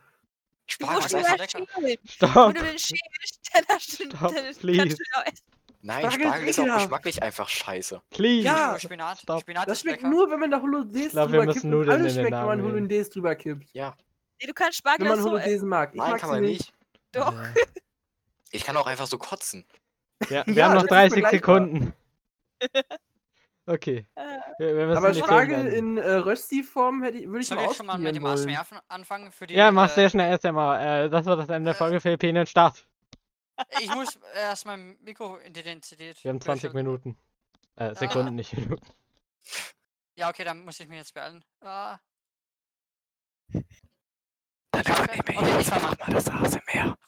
S2: Spargel
S4: Spargel
S3: musst
S2: ist
S4: ist
S3: ihn
S2: einfach-
S3: halt
S4: lecker.
S3: schälen.
S1: Stopp!
S3: Wenn du den schälst, dann hast du
S1: Stopp,
S3: dann kannst du
S1: please.
S3: ihn auch essen.
S2: Nein,
S5: Spargel ist
S2: Spargel ist auch
S5: ekelhaft.
S2: geschmacklich einfach scheiße.
S1: Please!
S5: Ja,
S4: Nur Spinat.
S1: stopp.
S4: Spinat
S5: Das
S4: ist
S5: schmeckt
S4: lecker.
S5: nur, wenn man da Hollandaise
S1: glaub, wir
S5: drüber
S1: müssen
S5: kippt. und
S1: Nudeln in
S5: alles
S1: den
S5: schmeckt, wenn man
S1: Namen nehmen.
S5: Hollandaise drüber kippt.
S2: Ja,
S3: Nee, du kannst
S5: Wenn
S3: Spargel auch
S5: man
S3: so äh, essen.
S5: Hollandaise mag. Ich
S2: nein,
S5: mag
S2: kann
S5: sie
S2: man
S5: nicht.
S2: nicht.
S3: Doch.
S2: Ich kann auch einfach so kotzen.
S1: Ja, wir
S5: Ja,
S1: haben noch
S5: das ist
S1: 30
S5: vergleichbar.
S1: Sekunden. Okay.
S3: Äh,
S1: Wir, wir müssen
S5: Aber
S1: die
S5: Spargel
S1: Folge beenden.
S5: in äh, Rösti-Form hätte ich- würde ich
S4: Soll
S5: mal
S4: ich schon mal mit
S5: ausprobieren
S4: dem
S5: wollen.
S4: ASMR anfangen? Für die,
S1: Ja, mach
S4: äh,
S1: sehr schnell erst einmal. Äh, das war das Ende der
S4: äh,
S1: Folge. Philippinen, Start!
S4: Ich muss erst mein Mikro in die Intensität.
S1: Wir haben 20
S4: höher stellen.
S1: Minuten.
S4: Ah.
S1: Äh, Sekunden, nicht Minuten.
S4: Ja, okay, dann muss ich mich jetzt beeilen. Ah. Schaffe. Okay, ich war mal.
S2: das ASMR.